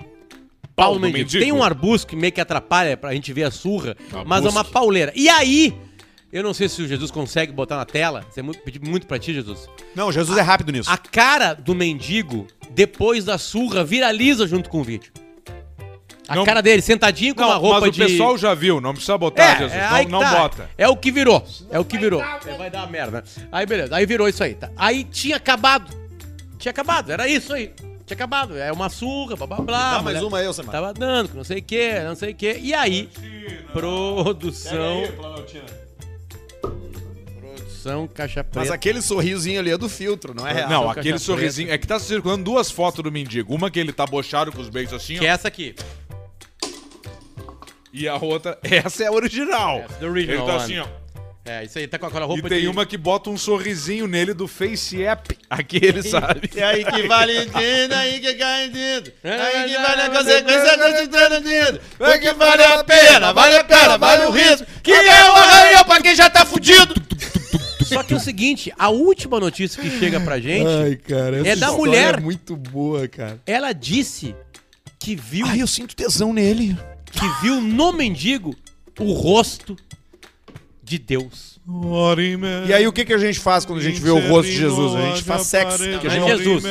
B: pau
F: do
B: no mendigo.
F: mendigo.
B: Tem um arbusto que meio que atrapalha pra gente ver a surra, mas é
F: Arbusto.
B: uma pauleira. E aí, eu não sei se o Jesus consegue botar na tela, você muito, pedi muito pra ti, Jesus.
A: Não, Jesus é rápido nisso.
B: A cara do mendigo, depois da surra, viraliza junto com o vídeo. A
D: Não-
B: cara dele, sentadinho com uma
D: Não,
B: roupa
D: mas
B: de...
D: o pessoal já viu, não precisa botar,
B: É,
D: Jesus.
B: é,
D: não
B: aí que
D: não
B: tá.
D: bota.
B: É o que virou. É o que virou. É, vai dar uma merda. Aí beleza, aí virou isso aí. tá. Aí tinha acabado. Tinha acabado, era isso aí. Tinha acabado. É uma surra, blá blá blá.
A: Dá mais Tá.
B: mulher
A: uma aí, Alcemar.
B: Tava dando, que não sei o que, não sei o que. E aí, produção. Produção, caixa
A: Mas
B: preta.
A: aquele sorrisinho ali é do filtro, não é real.
D: Não,
B: Só
D: aquele
B: caixa
D: sorrisinho. É que tá circulando duas fotos do mendigo. Uma que ele tá bochado com os beijos assim,
B: Que é
D: ó,
B: essa aqui.
D: e a outra, essa é a original.
B: Essa é the original
D: ele tá
B: one.
D: assim, ó.
B: É, isso aí tá com aquela
D: E
B: roupa
D: tem
B: de.
D: uma que bota um sorrisinho nele do Face App. Aqui ele sabe.
E: E aí que vale dinheiro, aí que cai dinheiro.
B: Ah,
E: Aí que vale a consequência do dinheiro.
B: É
A: Foi que vale a pena, vale a pena, vale o risco.
E: Que é o arranhão pra quem já tá fudido.
B: Só que é o seguinte, a última notícia que chega pra gente.
A: cara,
B: essa É da história mulher. é
A: muito boa, cara.
B: Ela disse que viu
A: Ai, eu sinto tesão nele.
B: que viu no mendigo o rosto de Deus.
A: E aí, o que, que a gente faz quando a gente vê o rosto de Jesus? A gente faz sexo. que a
B: Não é
A: gente
B: Jesus,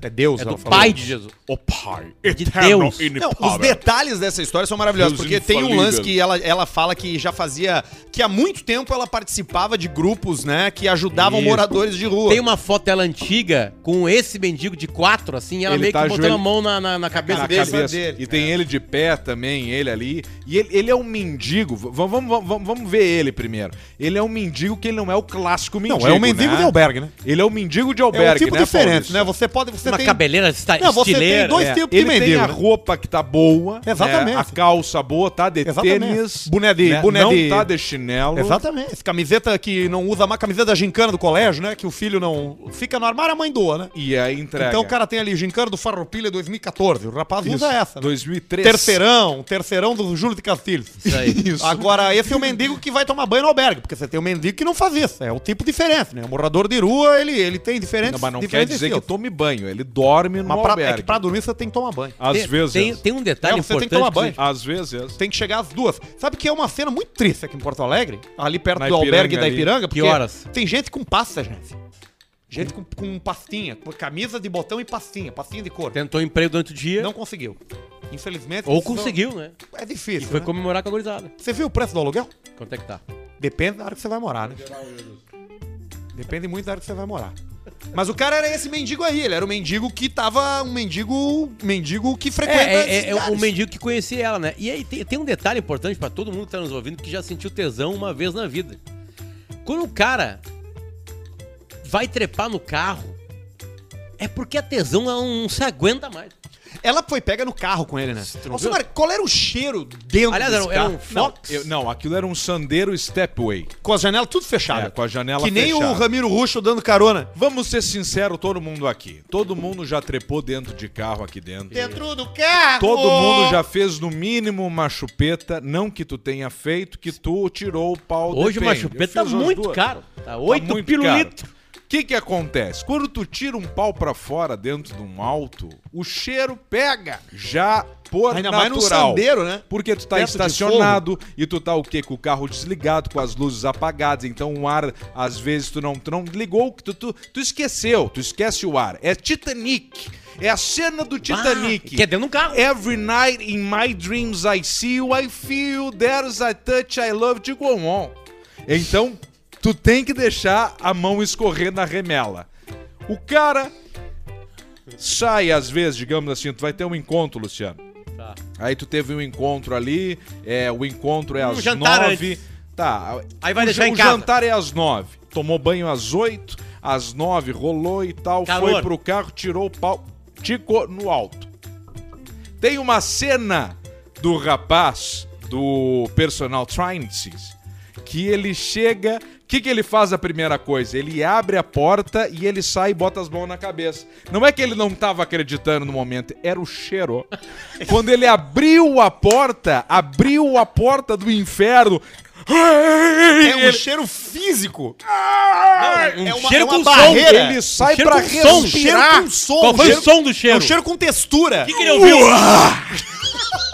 A: É Deus,
B: é
A: ela
B: do
A: falou.
B: pai de Jesus.
F: O pai.
B: De Deus.
A: Não, os detalhes dessa história são maravilhosos,
F: Ah, Deus
A: porque tem um
F: infalível.
A: lance que ela, ela fala que já fazia. que há muito tempo ela participava de grupos, né, que ajudavam
B: Isso.
A: moradores de rua.
B: Tem uma foto dela antiga com esse mendigo de quatro, assim, ela
D: Ele
B: meio
D: tá
B: que botando
D: ajoelho-
B: a mão na, na, na cabeça
D: na
B: dele.
D: cabeça.
A: dele.
D: E tem ele de pé também, ele ali. E ele, ele é um mendigo. V- Vamos, vamos, vamos, vamos ver ele primeiro. Ele é um mendigo que ele não é o clássico mendigo.
A: é um mendigo
D: né?
A: de albergue, né?
D: Ele é o mendigo de
A: É um
D: albergue,
A: tipo
D: né,
A: diferente,
D: Paulista?
A: né? Você pode. Você
B: Uma
A: tem...
B: cabeleira esta,
A: Não, você tem
B: estileira.
A: dois-
D: É,
A: tipos de
D: ele tem
A: mendigo,
D: a
A: né?
D: roupa que tá boa, né?
A: Exatamente.
D: a calça boa, tá de
A: Exatamente.
D: tênis,
A: Boné de-
D: né?
A: boné
D: não
A: de-
D: tá de chinelo.
A: Exatamente. Camiseta que não usa mais, camiseta da gincana do colégio, né? Que o filho não. Fica no armário, a mãe doa, né?
D: E aí entrega.
A: Então o cara tem ali gincana do Farroupilha 2014. O rapaz
D: Isso,
A: usa essa. né?
D: 2003.
A: Terceirão, terceirão do Júlio de Castilhos.
B: Isso aí.
A: Agora, esse é o mendigo que vai tomar banho no albergue, porque você tem o mendigo que não faz isso. É o tipo diferente, né? O morador de rua, ele, ele tem diferentes.
D: Não, mas não quer
A: diferentes
D: dizer que
A: estilos.
D: tome banho. Ele dorme no
A: Mas pra- é
D: albergue.
A: que pra dormir você tem que tomar banho.
D: Às
B: Tem-
D: vezes. é.
B: Tem, tem um detalhe
A: Não, você tem
B: importante.
A: que tomar
B: que
A: banho.
D: Às vezes. é.
A: Tem que chegar às duas. Sabe que é uma cena muito triste aqui em Porto Alegre? Ali perto
D: Na
A: do
D: Ipiranga
A: albergue da
D: ali.
A: Ipiranga.
B: Que horas?
A: Tem gente com pasta, gente. Gente com, com pastinha, com camisa de botão e pastinha, pastinha de cor.
B: Tentou emprego durante o
D: um
B: dia.
A: Não conseguiu. Infelizmente.
B: ou
A: isso não-
B: conseguiu, né?
A: É
B: E
A: difícil.
B: foi
A: né?
B: comemorar com a gorizada.
A: Você viu o preço do aluguel?
B: Quanto é que tá?
A: Depende da área que você vai morar, né? Depende muito da área que você vai morar. Mas o cara era esse mendigo aí, ele era o mendigo que tava. Um mendigo. Mendigo que
B: É,
A: frequenta.
B: é,
A: esses
B: é, é o
A: lugares.
B: mendigo que conhecia ela, né? E aí tem, tem um detalhe importante pra todo mundo que tá nos ouvindo que já sentiu tesão uma vez na vida. Quando o cara vai trepar no carro, é porque a tesão ela não se aguenta mais.
A: Ela foi pega no carro com ele, né?
B: não
A: Nossa,
B: viu?
A: Mara, qual era o cheiro dentro
B: Aliás, era,
A: desse
B: um- era
A: carro?
B: um Fox.
D: Eu- não, aquilo era um sandeiro stepway.
A: Com a janela tudo fechada.
D: É, com a janela
A: que nem
D: fechada.
A: o Ramiro Ruxo dando carona.
D: Vamos ser sinceros, todo mundo aqui. Todo mundo já trepou dentro de carro aqui dentro.
A: Dentro do carro!
D: Todo mundo já fez no mínimo uma chupeta, não que tu tenha feito, que tu tirou o pau
B: Hoje uma
D: depende.
B: chupeta
D: Eu
B: tá
D: fiz as
B: muito
D: duas.
B: caro. Tá
D: Tá
B: 8
D: muito
B: pirulito.
D: caro. O que que acontece? Quando tu tira um pau pra fora dentro de um alto, o cheiro pega já por
A: Ainda mais
D: natural.
A: num sandeiro, né?
D: Porque tu tá
A: Teto de
D: estacionado e tu tá o quê? Com o carro desligado, com as luzes apagadas. Então o ar, às vezes, tu não, tu não ligou, tu, tu, tu esqueceu, tu esquece o ar. É Titanic. É a cena do Titanic.
B: Ah, que é dentro de um carro.
D: Every night in my dreams I see you, I feel you, there's a touch I love to go on. Então, tu tem que deixar a mão escorrer na remela. O cara sai, às vezes, digamos assim, tu vai ter um encontro, Luciano.
B: Tá.
D: Aí tu teve um encontro ali, é, o encontro é
B: Um
D: às
B: jantar
D: nove.
B: antes.
D: Tá.
B: Aí vai
D: o,
B: deixar
D: ja-
B: em
D: o
B: casa.
D: jantar é às nove. Tomou banho às oito, às nove rolou e tal,
B: Calor.
D: foi pro carro, tirou o pau, ticou no alto. Tem uma cena do rapaz, do personal trainings, que ele chega. O que, que ele faz a primeira coisa? Ele abre a porta e ele sai e bota as mãos na cabeça. Não é que ele não tava acreditando no momento, era o cheiro. Quando ele abriu a porta, abriu a porta do inferno.
A: É um
D: Ele-
A: cheiro físico.
B: um
A: é uma,
B: cheiro
A: é uma
B: com
A: barreira.
D: Ele sai
B: cheiro
D: pra
B: com som.
A: Um cheiro
D: respirar.
A: com som.
B: Qual
A: um
B: foi o
A: cheiro-
B: som do
A: É
B: cheiro?
A: um cheiro com textura.
B: O que, que ele ouviu?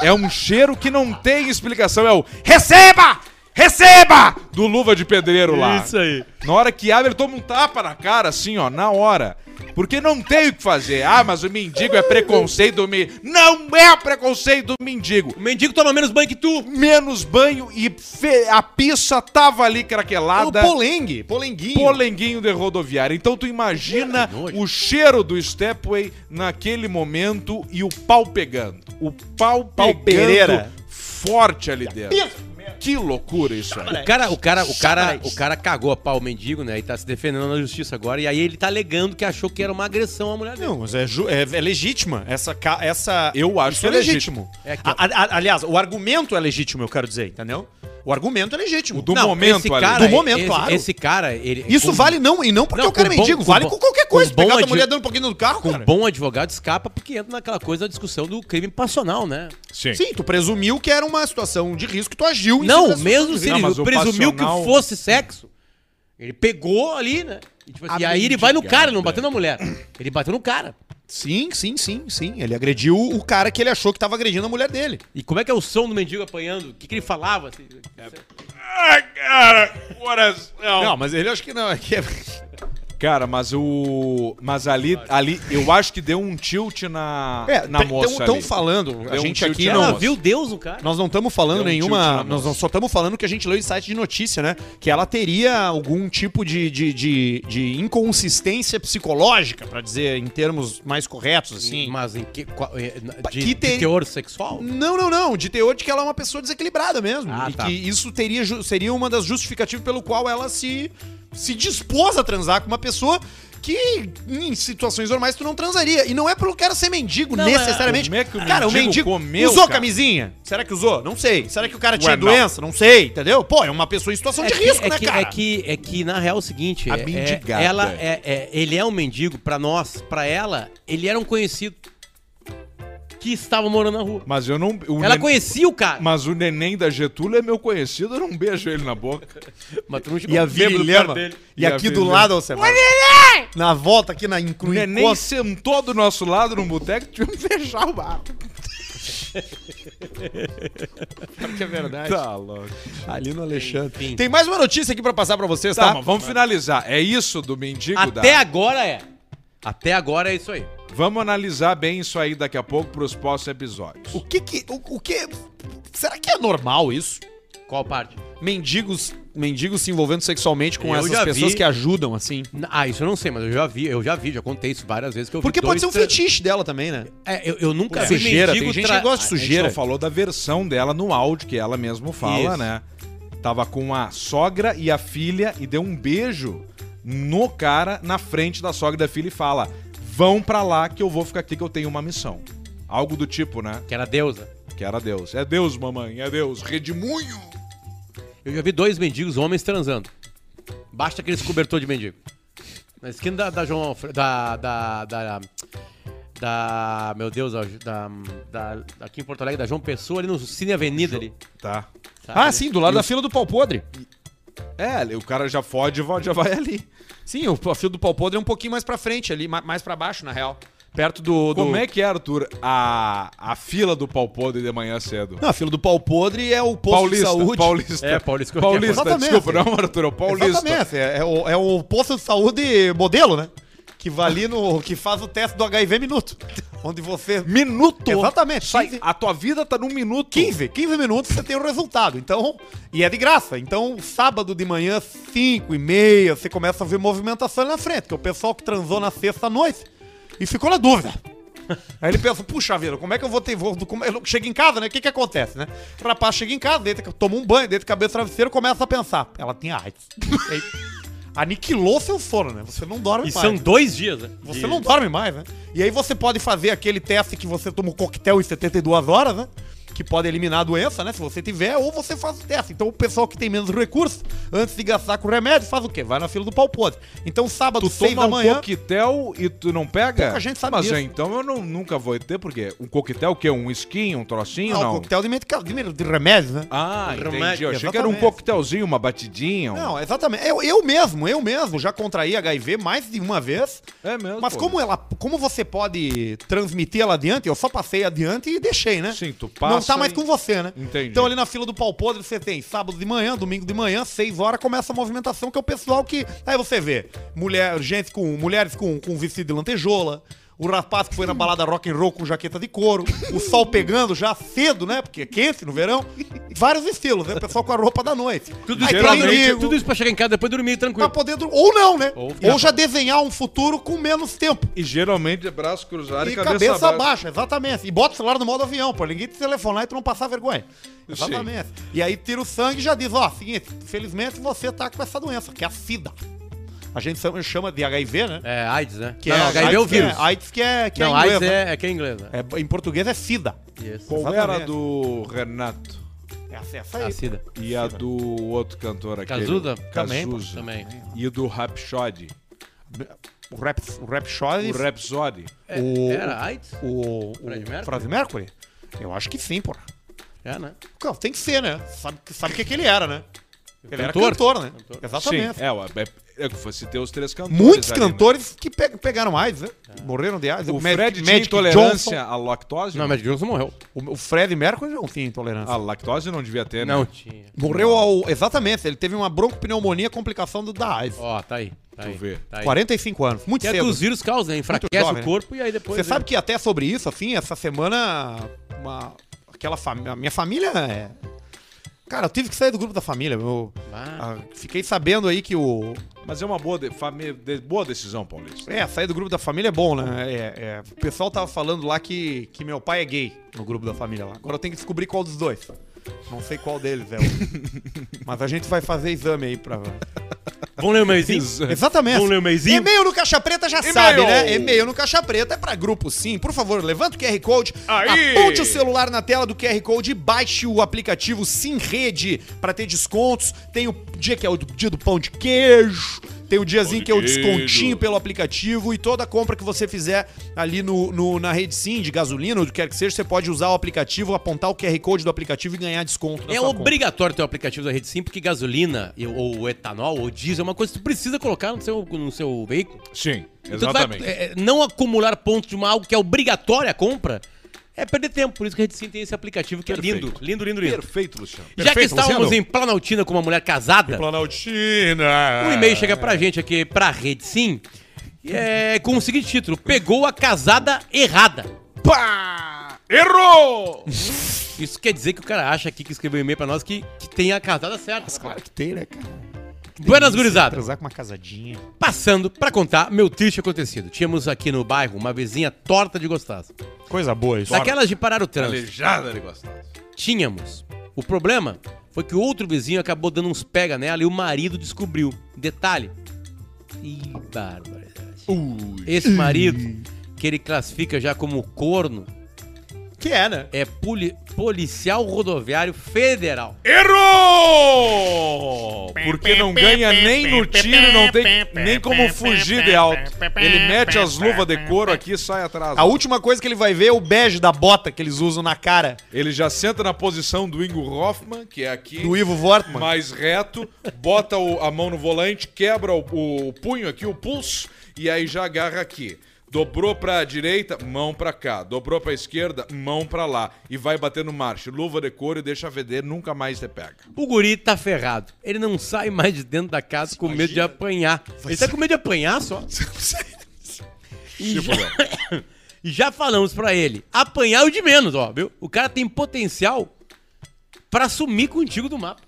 D: É um cheiro que não tem explicação. É o receba! Receba! Do luva de pedreiro lá.
B: Isso aí.
D: Na hora que abre, ele toma um tapa na cara, assim, ó, na hora. Porque não tem o que fazer. Ah, mas o mendigo é preconceito do mendigo. Não é preconceito do mendigo.
B: O mendigo toma menos banho que tu.
D: Menos banho e fe- a pizza tava ali craquelada.
A: O Ah, polengue, polenguinho.
D: Polenguinho de rodoviária. Então tu imagina
B: Que nojo.
D: o cheiro do Stepway naquele momento e o pau pegando. O pau,
A: Pau
D: pegando
A: Pereira.
D: forte ali dentro. Que loucura isso aí.
B: O cara, o cara, o cara, o cara cagou a pau o mendigo, né? E tá se defendendo na justiça agora. E aí ele tá alegando que achou que era uma agressão à mulher dele.
A: Não, mas é, ju- é- é legítima. Essa, ca- essa.
D: Eu acho
A: isso é legítimo.
B: É que-
A: A- a- a- aliás, o argumento é legítimo, eu quero dizer, entendeu? O argumento é legítimo.
D: O do
B: Não,
D: momento
B: esse
D: ali.
B: cara,
A: Do momento,
B: esse,
A: claro.
B: Esse cara, ele. um
A: Isso
B: com-
A: vale não, e não porque
B: Não,
A: o cara é
B: com bom-
A: mendigo,
B: com
A: vale
B: bom-
A: com qualquer coisa.
B: com
A: Pegar
B: bom
A: tua
B: adi-
A: mulher dando um pouquinho no carro,
B: Com
A: cara.
B: bom advogado escapa porque entra naquela coisa da discussão do crime passional, né?
D: Sim.
A: Sim, tu presumiu que era uma situação de risco e tu
D: é
A: agiu em cima
B: Não,
A: dessa
B: mesmo
A: situação de
B: se
D: Não,
B: ele
D: mas o
B: presumiu
D: passional-
B: que fosse sexo, ele pegou ali, né? E, tipo assim,
D: A
B: e aí ele vai no cara,
D: mendigada.
B: não bateu na mulher. Ele bateu no cara.
A: risco. Sim, sim, sim, sim. Ele agrediu o cara que ele achou que tava agredindo a mulher dele.
B: E como é que é o som do mendigo apanhando? O que, que ele falava? assim?
D: Ah, cara, coração.
A: Não, mas ele acho que não. É que é...
D: Cara, mas o. Mas ali, ali, eu acho que deu um tilt na,
A: É,
D: na moça.
A: Estão
D: ali.
A: falando, a
D: Deu um
A: gente
D: tilt
A: aqui
D: na
A: não.
B: Ela
D: moça.
B: viu Deus no cara.
A: Nós não estamos falando
D: Deu um tilt
A: nenhuma.
D: na
A: Nós
D: moça.
A: não- só estamos falando que a gente leu em site de notícia, né? Que ela teria algum tipo de, de, de, de inconsistência psicológica, pra dizer em termos mais corretos, assim.
B: Mas em que, qual- eh, na- de,
A: que
B: de
A: tem-
B: teor sexual?
A: Não, não, não. De teor de que ela é uma pessoa desequilibrada mesmo.
B: Ah,
A: e
B: tá.
A: que isso teria, ju- seria uma das justificativas pelo qual ela se, se dispôs a transar com uma pessoa que em situações normais tu não transaria. E não é pelo cara ser mendigo,
B: Não,
A: necessariamente.
D: mas como é que o
A: cara, o mendigo
D: mendigo comeu,
A: usou
D: cara?
A: camisinha? Será que usou? Não sei. Será que o cara tinha
D: Ué, não.
A: doença? Não. sei, entendeu? Pô, é uma pessoa em situação de
B: que-
A: risco,
B: é
A: né,
B: que,
A: cara?
B: É que, é que, na real, é o seguinte...
D: A
B: é- é-
D: mendigada.
B: ela é, é- ele é um mendigo pra nós, pra ela, ele era um conhecido que estava morando na rua.
D: Mas eu não. o
B: ela
D: nen-
B: conhecia o cara.
D: Mas o neném da Getúlio é meu conhecido, eu não beijo ele na boca.
B: Mas tu não chegou
A: E a
B: bêbado perto
A: Virilhama.
B: dele.
A: E,
D: E a
A: aqui do
D: Virilhama.
A: lado, você vai. Na volta aqui na
D: O
A: incluída.
D: neném sentou do nosso lado num boteco e tivemos que fechar o bar.
A: é verdade.
D: Tá louco.
A: Ali no Alexandre.
B: Enfim.
A: Tem mais uma notícia aqui pra passar pra vocês,
D: Tá,
A: tá?
D: mas vamos finalizar. É isso do mendigo
B: Até
D: da...
B: agora é. Até agora é isso aí.
D: Vamos analisar bem isso aí daqui a pouco pros próximos episódios.
A: O que que... O, o que... Será que é normal isso?
B: Qual parte?
A: Mendigos, mendigos se envolvendo sexualmente com
B: Eu
A: essas
B: já
A: pessoas
B: vi.
A: que ajudam, assim.
B: N- Ah, isso eu não sei, mas eu já vi, eu já vi, já contei isso várias vezes que eu vi
A: Porque pode
B: dois
A: ser um
B: tra-
A: fetiche dela também, né?
B: É, eu, eu nunca vi
A: Sujeira, tem
B: mendigo
A: gente
B: tra-
A: que gosta de
B: Ah,
A: sujeira.
D: A gente só falou da versão dela no áudio, que ela mesmo fala,
B: Isso.
D: né? Tava com a sogra e a filha e deu um beijo no cara na frente da sogra e da filha e fala: Vão pra lá que eu vou ficar aqui que eu tenho uma missão. Algo do tipo, né?
B: Que era deusa.
D: Que era Deus. É Deus, mamãe, é Deus. Redemunho!
B: Eu já vi dois mendigos homens transando. Basta aqueles cobertor de mendigo. Na esquina da, da João Alfredo. Da, da, da. da- Meu Deus, ó, da, da. Aqui em Porto Alegre, da João Pessoa, ali no Cine Avenida ali.
D: Tá.
B: sabe?
A: Ah, sim, do lado da fila do pau podre.
D: É, o cara já fode e já vai ali.
A: Sim, o, a fila do pau podre é um pouquinho mais pra frente ali, ma- mais pra baixo, na real. Perto do... do...
D: Como é que é, Arthur, a, a fila do pau podre de manhã cedo?
A: Não, a fila do pau podre é o posto
D: Paulista,
A: de saúde.
D: Paulista.
B: É, Paulista, qualquer
D: Paulista,
A: coisa.
D: desculpa, não, Arthur, é o Paulista.
A: Exatamente, é, é o, é o posto de saúde modelo, né? Que vai ali no... que faz o teste do HIV minuto. Onde você...
D: Minuto.
A: Exatamente.
D: Sai,
A: 15.
D: a tua vida tá num minuto.
A: 15, 15 minutos você tem o resultado. Então, e é de graça. Então, sábado de manhã, 5 e meia, você começa a ver movimentação ali na frente, que é o pessoal que transou na sexta à noite e ficou na dúvida. Aí ele pensa, puxa vida, como é que eu vou ter. Vou, como, eu chego em casa, né? O que que acontece, né? O rapaz chega em casa, deita, toma um banho, deita a cabeça no travesseiro começa a pensar. Ela tem AIDS. E aí, aniquilou seu sono, né? Você não dorme
B: E
A: mais.
B: são dois dias, né?
A: Você
B: De-
A: não dorme mais, né? E aí você pode fazer aquele teste que você toma um coquetel em 72 horas, né? Que pode eliminar a doença, né? Se você tiver, ou você faz o teste. Então o pessoal que tem menos recursos, antes de gastar com remédio, faz o quê? Vai na fila do pau podre. Então sábado,
D: Tu
A: 6
D: toma
A: da
D: um
A: manhã.
D: coquetel e tu não pega?
A: Pouca gente sabe
D: Mas
A: disso.
D: é, então eu não, nunca vou ter, porque um coquetel o quê? Um esquinho, um trocinho,
A: não,
D: não?
A: ah, coquetel de, medica... de, med- de remédio, né?
D: Ah, entendi.
B: Remédio.
D: Eu achei que era um
A: Exatamente.
D: coquetelzinho, uma batidinha. um-
A: Não, exatamente. Eu, eu mesmo, eu mesmo já contraí HIV mais de uma vez.
D: É mesmo.
A: Mas
D: pô.
A: como ela, como você pode transmitir ela adiante, eu só passei adiante e deixei, né?
D: Sim, tu
A: Não
D: passa
A: gastar mais com você, né?
D: Entendi.
A: Então ali na fila do pau podre você tem sábado de manhã, domingo de manhã, seis horas, começa a movimentação, que é o pessoal que. Aí você vê mulher, gente com. mulheres com, com vestido de lantejola. O rapaz que foi na balada rock and roll com jaqueta de couro, o sol pegando já cedo, né? Porque é quente no verão. Vários estilos, né? O pessoal com a roupa da noite.
B: Tudo
A: Aí
B: isso,
A: tem
B: pra,
A: amigo,
B: tudo isso pra chegar em casa depois dormir
A: pra
B: tranquilo.
A: poder. dur- Ou não, né?
B: Ou-
A: Ou, já desenhar um futuro com menos tempo.
D: E geralmente é braço
B: Tá
D: cruzado e,
A: E cabeça,
D: baixa.
A: baixa, exatamente. E bota o celular no modo avião, pra ninguém te telefonar e tu não passar vergonha.
D: sei.
A: Exatamente. E aí tira o sangue e já diz, ó, seguinte, felizmente você tá com essa doença, que é a SIDA. A gente chama- chama de HIV, né?
B: É, AIDS, né?
A: Que
B: não,
A: é,
B: não, HIV é o
A: AIDS,
B: vírus.
A: É, AIDS que é, que
B: não,
A: é inglês,
B: AIDS
A: né?
B: é, é que é inglês, né?
A: É, Em português é SIDA.
B: Yes.
D: Qual
A: Exatamente.
D: era a do Renato?
A: É essa- essa aí.
B: A Ah, sida.
D: E a do outro cantor aquele?
B: Cazuza? Também, pô,
D: Cazuza.
B: também.
D: E do Rapshod.
A: O rap, o rap show,
D: O Rhapsody.
B: É,
A: O-
B: Era AIDS?
A: o, o
B: Fred Mercury?
A: Fred Mercury? Eu acho que sim, porra.
B: É, né?
A: Não, Tem que ser, né? Sabe o sabe que, que ele era, né? Ele era
B: Cantor?
A: cantor, né? Exatamente.
D: Sim, é, ué, é, é, que você tem os três cantores.
A: Muitos
D: ali,
A: cantores que pe- pegaram AIDS, né? Morreram de AIDS.
D: Né? O
A: Magic-
D: Fred tinha
A: Magic
D: intolerância à lactose?
B: Não, mas Johnson morreu.
A: Johnson. O, o Fred Mercury não tinha intolerância.
D: A lactose não devia ter, né?
B: Não tinha.
A: Morreu ao. Exatamente, ele teve uma broncopneumonia, complicação do, da AIDS.
B: Ó, tá aí. Tá aí.
D: eu ver.
B: Tá aí.
A: 45 anos, muito
B: Que é que
A: cedo.
B: os vírus causam, né? Enfraquece
A: Muito jovem, né?
B: o corpo e aí depois... é.
A: Você sabe que até sobre isso, assim, essa semana, uma, aquela família. Minha família é. Cara, eu tive que sair do grupo da família. Eu,
B: Ah.
A: ah, fiquei sabendo aí que o.
D: Mas é uma boa, de, fami- de- boa decisão, Paulista.
A: É, sair do grupo da família é bom, né? É, é, o pessoal tava falando lá que, que meu pai é gay no grupo da família lá. Agora eu tenho que descobrir qual dos dois. Não sei qual deles é. o- Mas a gente vai fazer exame aí pra.
B: Vão ler o meuzinho?
A: Exatamente.
B: Vamos ler o meizinho?
A: E-mail no Caixa Preta já sabe, né? E-mail no Caixa Preta é pra grupo sim. Por favor, levanta o QR Code,
D: Aí!
A: aponte o celular na tela do QR Code e baixe o aplicativo Sim Rede pra ter descontos. Tem o dia que é o do- dia do pão de queijo. Tem o diazinho que é o descontinho pelo aplicativo e toda compra que você fizer ali no, no- na rede Sim, de gasolina ou do que quer que seja, você pode usar o aplicativo, apontar o QR Code do aplicativo e ganhar desconto. na
B: É
A: sua compra.
B: obrigatório ter o aplicativo da Rede Sim, porque gasolina e- ou etanol ou diesel é uma coisa que tu precisa colocar no seu, no seu veículo.
D: Sim,
B: Então tu vai,
D: exatamente.
B: é, é, não acumular pontos de uma, algo que é obrigatória a compra é perder tempo. Por isso que a Rede Sim tem esse aplicativo que é lindo, lindo, lindo, lindo.
D: Perfeito, Luciano.
B: Já que
A: Perfeito,
B: estávamos
A: Luciano.
B: em Planaltina com uma mulher casada,
D: Planaltina!
B: um e-mail
A: Ah,
B: chega
A: é.
B: pra gente aqui, pra Rede Sim, e é, com o seguinte título: Pegou a casada errada.
D: Errou!
B: Isso quer dizer que o cara acha aqui que escreveu um e-mail pra nós que, que tem a casada certa.
A: Claro que tem, né, cara?
B: Buenas
A: Delícia,
B: gurizadas.
A: Transar com uma casadinha.
B: Passando pra contar meu triste acontecido. Tínhamos aqui no bairro uma vizinha torta de gostosa.
A: Coisa boa isso.
B: Daquelas de parar o trânsito.
D: Aleijada de gostosa.
B: Tínhamos. O problema foi que o outro vizinho acabou dando uns pega nela e o marido descobriu. Detalhe. Ih, barbaridade. Esse marido, que ele classifica já como corno,
A: Que é, né?
B: é poli- policial rodoviário federal.
D: Errou! Porque não ganha nem no tiro e não tem nem como fugir de alto. Ele mete as luvas de couro aqui e sai atrás.
A: A última coisa que ele vai ver é o bege da bota que eles usam na cara
D: Ele já senta na posição do Ingo Hoffman, que é aqui,
A: do Ivo Vortman.
D: mais reto, bota o- a mão no volante, quebra o, o punho aqui, o pulso, e aí já agarra aqui. Dobrou pra direita, mão pra cá. Dobrou pra esquerda, mão pra lá. E vai batendo marcha. Luva de couro e deixa vender, nunca mais te pega.
B: O guri tá ferrado. Ele não sai mais de dentro da casa com medo de apanhar. Ele tá com medo de apanhar só. E
A: Tipo,
B: já- E já falamos pra ele, apanhar é o de menos, ó, viu? O cara tem potencial pra sumir contigo do mapa.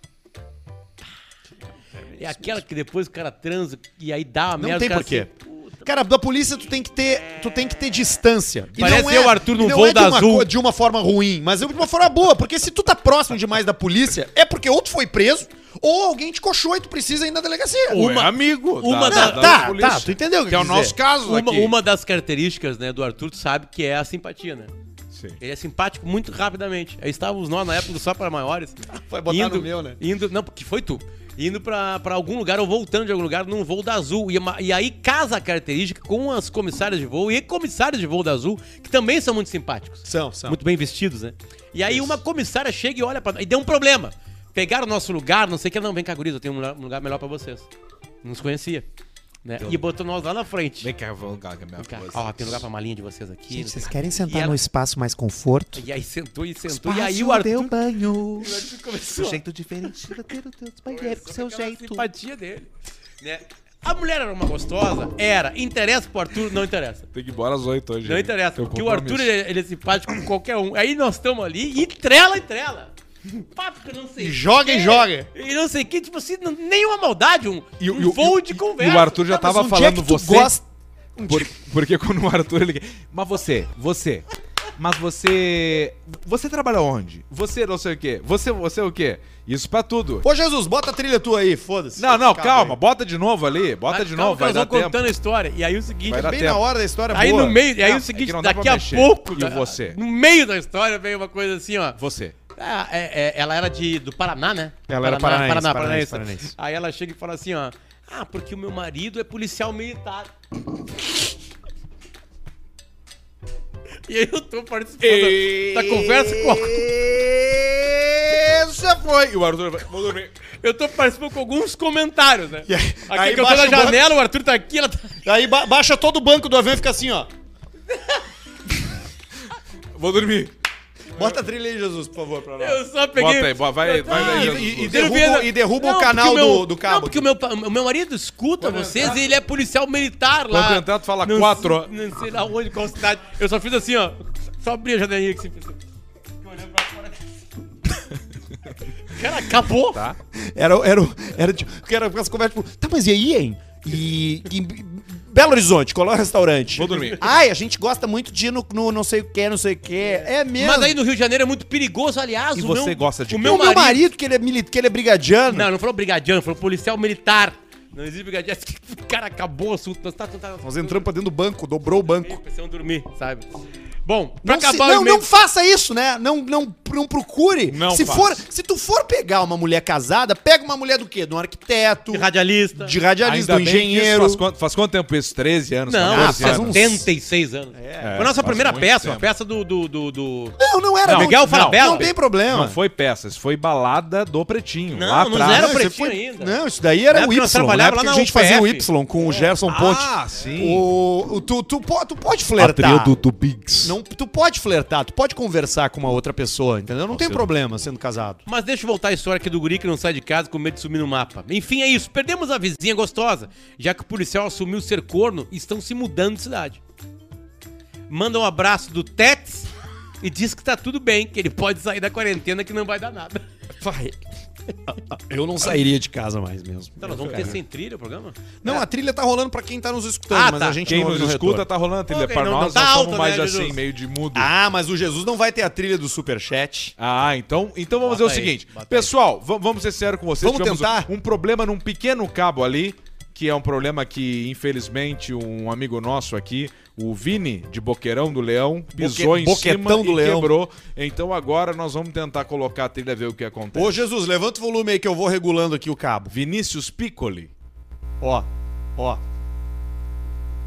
B: É aquela que depois o cara transa e aí dá a merda.
A: Não
B: o
A: tem
B: cara
A: porquê.
B: se-
A: Cara, da polícia tu tem que ter, tu tem que ter distância. E
B: Parece
A: não
B: eu, Arthur, num
A: e não
B: voo
A: é de
B: da
A: uma
B: Azul.
A: co- de uma forma ruim, mas é de uma forma boa, porque se tu tá próximo demais da polícia, é porque ou tu foi preso, ou alguém te coxou e tu precisa ir na delegacia.
D: Ou é
B: Uma-
D: amigo
A: Não,
B: uma da-
A: tá,
D: polícia.
A: tá, tu entendeu o que
D: Que é o
A: eu quis
D: nosso
A: dizer.
D: caso
B: Uma,
D: aqui.
B: uma das características né, do Arthur, tu sabe que é a simpatia, né?
D: Sim.
B: Ele é simpático muito rapidamente. Aí estávamos nós na época do Só para Maiores.
A: Foi botar
B: indo,
A: no meu, né?
B: Indo, não, porque foi tu. Indo pra, pra algum lugar ou voltando de algum lugar num voo da Azul. E, ma- e aí casa a característica com as comissárias de voo e comissários de voo da Azul, que também são muito simpáticos.
A: São, são.
B: Muito bem vestidos, né? E aí uma comissária chega e olha pra E deu um problema. Pegaram o nosso lugar, não sei o que. Não, vem cá, guriz, eu tenho um lugar, um lugar melhor pra vocês. Não se conhecia. né? E botou nós lá na frente.
D: Vem cá, vamos cá, que é minha
B: Cara,
D: coisa.
B: Ó, tem lugar pra malinha de vocês aqui. não
A: Gente,
B: sei
A: vocês
B: o quê.
A: querem sentar
B: E
A: no
B: ela-
A: espaço mais conforto?
B: E aí sentou e sentou. E aí o
A: deu
B: Arthur
A: banho.
B: começou.
C: Jeito diferente de ter o teu banheiro com seu
B: aquela simpatia dele. Né? A mulher era uma gostosa? Era. Interessa pro Arthur? Não interessa.
D: Tem que ir embora às 8 hoje.
B: Não interessa,
D: Teu
B: porque o Arthur
D: compromisso.
B: ele, ele é simpático com qualquer um. Aí nós estamos ali e trela e trela. Papo que eu não sei.
E: Joga e joga.
B: E não sei o que, tipo assim, não- nenhuma maldade, um,
D: E o-
B: um
D: e o-
B: voo
D: e-
B: de
D: e
B: conversa.
D: o Arthur já
A: Tá, mas
D: tava
A: um dia
D: falando
A: que tu
D: você.
A: gosta-
D: Por- porque quando o Arthur ele.
C: Mas você, você. Mas você. Você trabalha onde? Você não sei o quê. Você, você
D: é
C: o quê? Isso pra tudo.
A: Ô, Jesus, bota a trilha tua aí, foda-se.
D: Não, não,
A: Acaba
D: calma,
A: aí.
D: bota de novo ali,
B: Ah,
D: bota de
B: calma
D: novo,
B: que
D: vai
B: nós
D: dar
B: vamos
D: tempo.
B: contando a história. E aí o seguinte,
D: Vai dar
A: Bem
D: tempo.
A: na hora da história,
B: aí
A: boa.
B: no meio, e aí
D: Ah, é
B: o seguinte,
D: que não dá
B: daqui
D: pra
B: a
D: mexer.
B: pouco,
D: E
B: da-
D: você?
B: no meio da história veio uma coisa assim, ó.
D: Você.
B: Ah, é- é- ela era de, do Paraná, né?
C: Ela era
B: Paraná,
C: paranaense,
B: Paraná,
C: paranaense,
B: paranaense,
C: paranaense.
B: Aí ela chega e fala assim, ó. Ah, porque o meu marido é policial militar. e aí eu tô participando da conversa com algum-
D: Essa foi! E o Arthur vai. Vou dormir.
B: Eu tô participando com alguns comentários, né?
A: aí-
B: aqui
A: aí
B: que eu tô
A: baixa
B: na
A: o banco.
B: janela, o Arthur tá aqui, ela tá.
A: Aí ba- baixa todo o banco do avião e fica assim, ó.
D: Vou dormir.
A: Bota a trilha aí, Jesus, por favor, pra nós.
B: Eu só peguei.
D: Bota aí, bo- vai, vai daí,
A: e-
D: Jesus.
A: e- derruba o- e derruba o canal
B: porque
A: do- do cabo
B: Não, porque o meu, pa- o meu marido escuta vocês e ele é policial militar lá.
D: Quando entrar, tu fala
B: Não
D: quatro.
B: sei- Não sei lá onde, qual cidade. Eu só fiz assim, ó. Só abri a janelinha assim, que você fez. Cara, acabou.
D: Tá?
A: Era, era, era tipo, porque era as conversas, tipo, tá, mas e aí, hein? E, e- Belo Horizonte, qual é o restaurante?
D: Vou dormir.
A: Ai, a gente gosta muito de ir no, no não sei o que, não sei o que. É mesmo.
B: Mas aí no Rio de Janeiro é muito perigoso, aliás.
C: E
B: o
C: você
B: meu,
C: gosta de
B: o
C: quê?
A: meu,
B: meu
A: o meu
B: marido,
A: marido, que ele é, mili- que ele é brigadiano.
B: Não, não falou brigadiano, falou policial militar. Não existe brigadiano. Cara, acabou o assunto. Nós tá, tá, tá,
A: Nós entramos pra dentro do banco, dobrou o banco.
B: Precisamos dormir, sabe? Bom, pra
A: Não, se-
B: acabar o
A: não,
B: e-mail-
A: não faça isso, né? Não, não, não procure.
D: Não
A: se
D: faça.
A: for, se tu for pegar uma mulher casada, pega uma mulher do quê? De um arquiteto,
B: de radialista.
A: de radialista,
D: Ainda
A: do
D: bem que isso
A: engenheiro.
D: Faz quanto, faz quanto tempo isso? 13 anos?
B: Não,
D: 14
B: faz
D: anos.
A: uns-
B: 76 anos.
A: É,
B: foi a nossa
D: faz
B: primeira
D: muito
B: peça,
D: tempo.
B: uma peça do. do, do, do-
A: Não, não era.
B: Não,
A: não,
B: Miguel
A: não,
B: Falabella.
A: não tem problema.
D: Não foi peça, isso foi balada do Pretinho.
B: Não,
D: lá
B: não
D: atrás.
B: era
A: Ah, Não,
B: o
A: isso
B: Pretinho
A: foi-
B: ainda.
A: Não, isso daí
B: Na
A: era o
B: época nós
A: Y. Na
B: trabalhava
A: época
B: lá
A: a
B: na
A: gente fazia o
B: UPF.
A: Y com o Gerson Ponte.
D: Ah, sim.
A: O, o- tu, tu, po- tu pode flertar.
D: Biggs.
A: Não, tu pode flertar, tu pode conversar com uma outra pessoa, entendeu? Não tem
D: ser-
A: problema sendo casado.
B: Mas deixa eu voltar à história aqui do guri que não sai de casa com medo de sumir no mapa. Enfim, é isso. Perdemos a vizinha gostosa, já que o policial assumiu ser corno e estão se mudando de cidade. Manda um abraço do Tex e diz que tá tudo bem, que ele pode sair da quarentena que não vai dar nada.
A: Vai. Eu não sairia de casa mais mesmo.
B: Então nós vamos ter sem trilha o programa?
A: Não, a trilha tá rolando pra quem tá nos escutando,
B: Ah,
A: mas
B: tá.
A: a gente
D: Quem
A: não
D: nos
A: ouve no
D: escuta
A: retorno.
D: tá rolando a trilha
B: Ok,
D: pra
B: não-
D: nós,
B: não tá
D: nós
B: alta,
D: somos mais
B: né,
D: assim,
B: Jesus?
D: meio de mudo. Ah,
A: Ah, mas o Jesus não vai ter a trilha do Superchat.
D: então, então vamos
B: Bota
D: fazer o
B: aí,
D: seguinte.
B: bota aí.
D: Pessoal, va- vamos ser sérios com vocês.
A: Vamos tentar?
D: um problema num pequeno cabo ali, que é um problema que, infelizmente, um amigo nosso aqui, o Vini, de Boqueirão do Leão, pisou em
A: Boquetão
D: cima
A: do
D: e
A: Leão.
D: quebrou. Então agora nós vamos tentar colocar a trilha, ver o que acontece.
A: Ô, Jesus, levanta o volume aí que eu vou regulando aqui o cabo.
D: Vinícius Piccoli.
A: Ó, ó.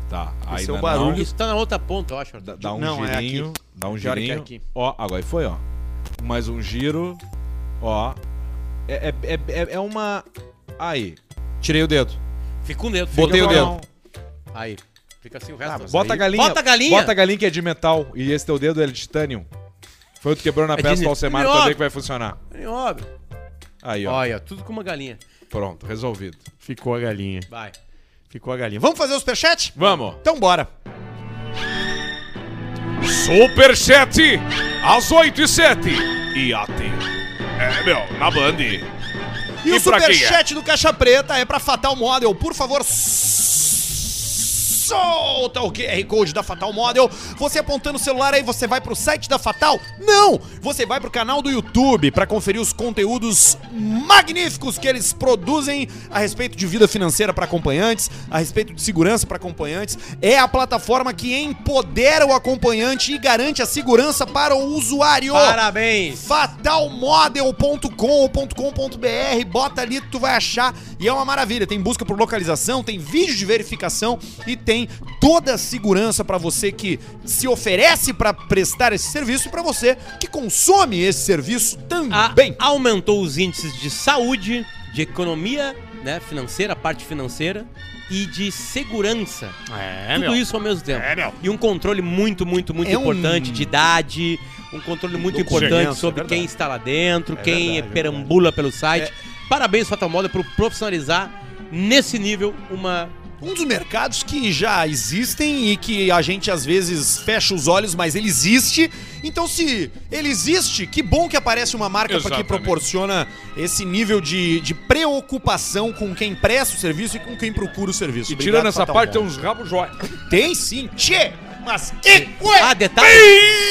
D: Tá, aí
A: é o barulho.
B: Isso tá na outra ponta, eu acho.
D: Dá, dá um
A: Não, é
D: girinho.
A: aqui.
D: Dá um
A: Pior que é
D: girinho.
A: aqui.
D: Ó, agora foi, ó. Mais um giro. Ó. É, é, é, é- é uma. Aí.
A: Tirei o dedo.
B: Fica um dedo.
D: Botei
B: fica
D: o
B: um
D: dedo.
B: Aí. Fica assim o resto. da-
D: Bota a
B: aí-
D: galinha.
B: Bota a galinha.
D: Bota a galinha que é de metal. E esse teu dedo é de titânio. Foi o que quebrou na
B: de
D: peça do
B: ni-
D: Alcemar
B: Melhor.
D: também que vai funcionar.
B: Em obra.
D: Aí, ó.
B: Olha, tudo com uma galinha.
D: Pronto, resolvido.
A: Ficou a galinha.
B: Vai.
A: Ficou a galinha. Vamos fazer o Superchat?
D: Vamos.
A: Então bora.
D: Superchat às 8 e 7. E até. É, meu, na Band.
A: E, o
D: E pra quem é?
A: superchat do Caixa Preta é pra Fatal Model. Por favor, solta o QR Code da Fatal Model. Você apontando o celular aí, você vai pro site da Fatal? Não! Você vai pro canal do YouTube pra conferir os conteúdos magníficos que eles produzem a respeito de vida financeira pra acompanhantes, a respeito de segurança pra acompanhantes. É a plataforma que empodera o acompanhante e garante a segurança para o usuário
B: Parabéns.
A: fatalmodel.com.com.br, bota ali que tu vai achar e é uma maravilha. Tem busca por localização, tem vídeo de verificação e tem toda a segurança pra você que se oferece pra prestar esse serviço e pra você que consome esse serviço
B: A-
A: também.
B: aumentou os índices de saúde, de economia, né, financeira, a parte financeira e de segurança.
F: É,
B: Tudo
F: meu.
B: isso ao mesmo tempo.
F: É, meu.
B: E um controle muito, muito, muito
A: É um-
B: importante de idade, um controle muito importante
F: consenso,
B: sobre
F: é verdade.
B: quem está lá dentro, quem perambula pelo site. Parabéns, Fatal Moda, por profissionalizar nesse nível uma.
A: Um dos mercados que já existem e que a gente às vezes fecha os olhos, mas ele existe. Então, se ele existe, que bom que aparece uma marca pra que
F: Exatamente.
A: proporciona esse nível de, de preocupação com quem presta o serviço e com quem procura o serviço.
D: E tirando
A: Obrigado,
D: essa
A: Fatal
D: parte, tem
A: Moda.
D: uns rabos jóia.
A: tem sim, tchê! Mas que coisa!
B: Ah, detalhe!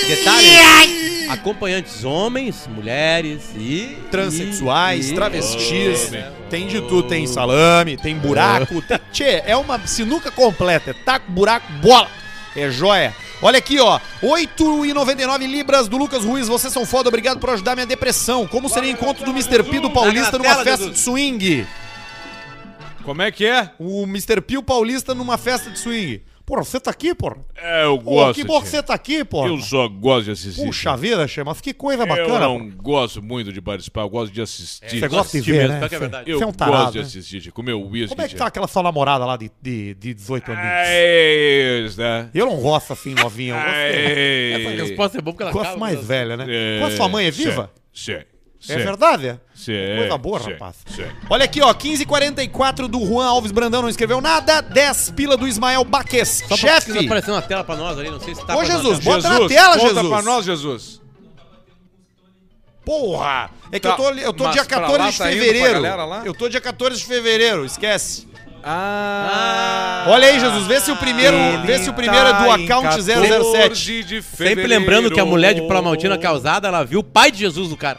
B: Detalhe! Acompanhantes homens, mulheres e.
A: Transsexuais,
B: e- e-
A: travestis, tem de tudo, tem salame, tem
D: Uhum.
A: buraco. tem- Tchê, é uma sinuca completa, é taco, buraco, bola. É joia. Olha aqui, ó. 8,99 libras do Lucas Ruiz. Vocês são foda, obrigado por ajudar minha depressão. Como seria o encontro do Mr. P do Paulista
B: Tá na
A: numa
B: tela,
A: festa
B: Dudu.
A: de swing?
D: Como é que é?
A: O Mr. P o Paulista numa festa de swing. Porra, você tá aqui, porra?
D: É, eu
A: Pô, que bom que você tá aqui, porra.
D: Eu só gosto de assistir.
A: Puxa vida, Che, mas que coisa
D: eu
A: bacana.
D: não gosto muito de participar, eu gosto de assistir.
A: Você gosta de
B: Assistir
A: ver,
B: mesmo,
A: né?
B: pior que é verdade.
D: Eu
A: Você é um
D: gosto
A: tarado,
D: de
A: né?
D: assistir, de comer whisky.
A: Como é que tá aquela sua namorada lá de, de, de 18 anos?
D: É isso, né?
A: Eu não gosto assim, novinha. Eu gosto,
B: A
D: É
B: resposta é boa porque ela
A: gosto
B: acaba-
A: mais velha, né?
D: É,
A: Mas sua mãe é viva?
D: Sim.
A: É verdade?
D: Sim.
A: Coisa boa,
D: sim,
A: rapaz.
D: sim.
A: Olha aqui, ó. 15h44 do Juan Alves Brandão não escreveu nada. 10 pila do Ismael Baques.
B: Só pra
A: Chefe!
B: Chefe! aparecendo na tela pra nós ali, não sei se tá
A: Ô,
B: aparecendo
A: Jesus,
B: na tela.
A: bota na tela,
D: conta
A: Jesus.
D: pra nós, Jesus.
A: Porra! É que
D: Tá,
A: eu tô, eu tô
D: mas
A: dia
D: pra
A: 14
D: lá
A: de
D: tá indo pra
A: fevereiro.
D: galera lá?
A: Eu tô dia 14 de fevereiro, esquece.
D: Ah,
A: Olha aí, Jesus, vê se o primeiro, vê se o primeiro é do
D: tá
A: account 007.
B: Sempre lembrando que a mulher de Palamaltina causada, ela viu o pai de Jesus do cara.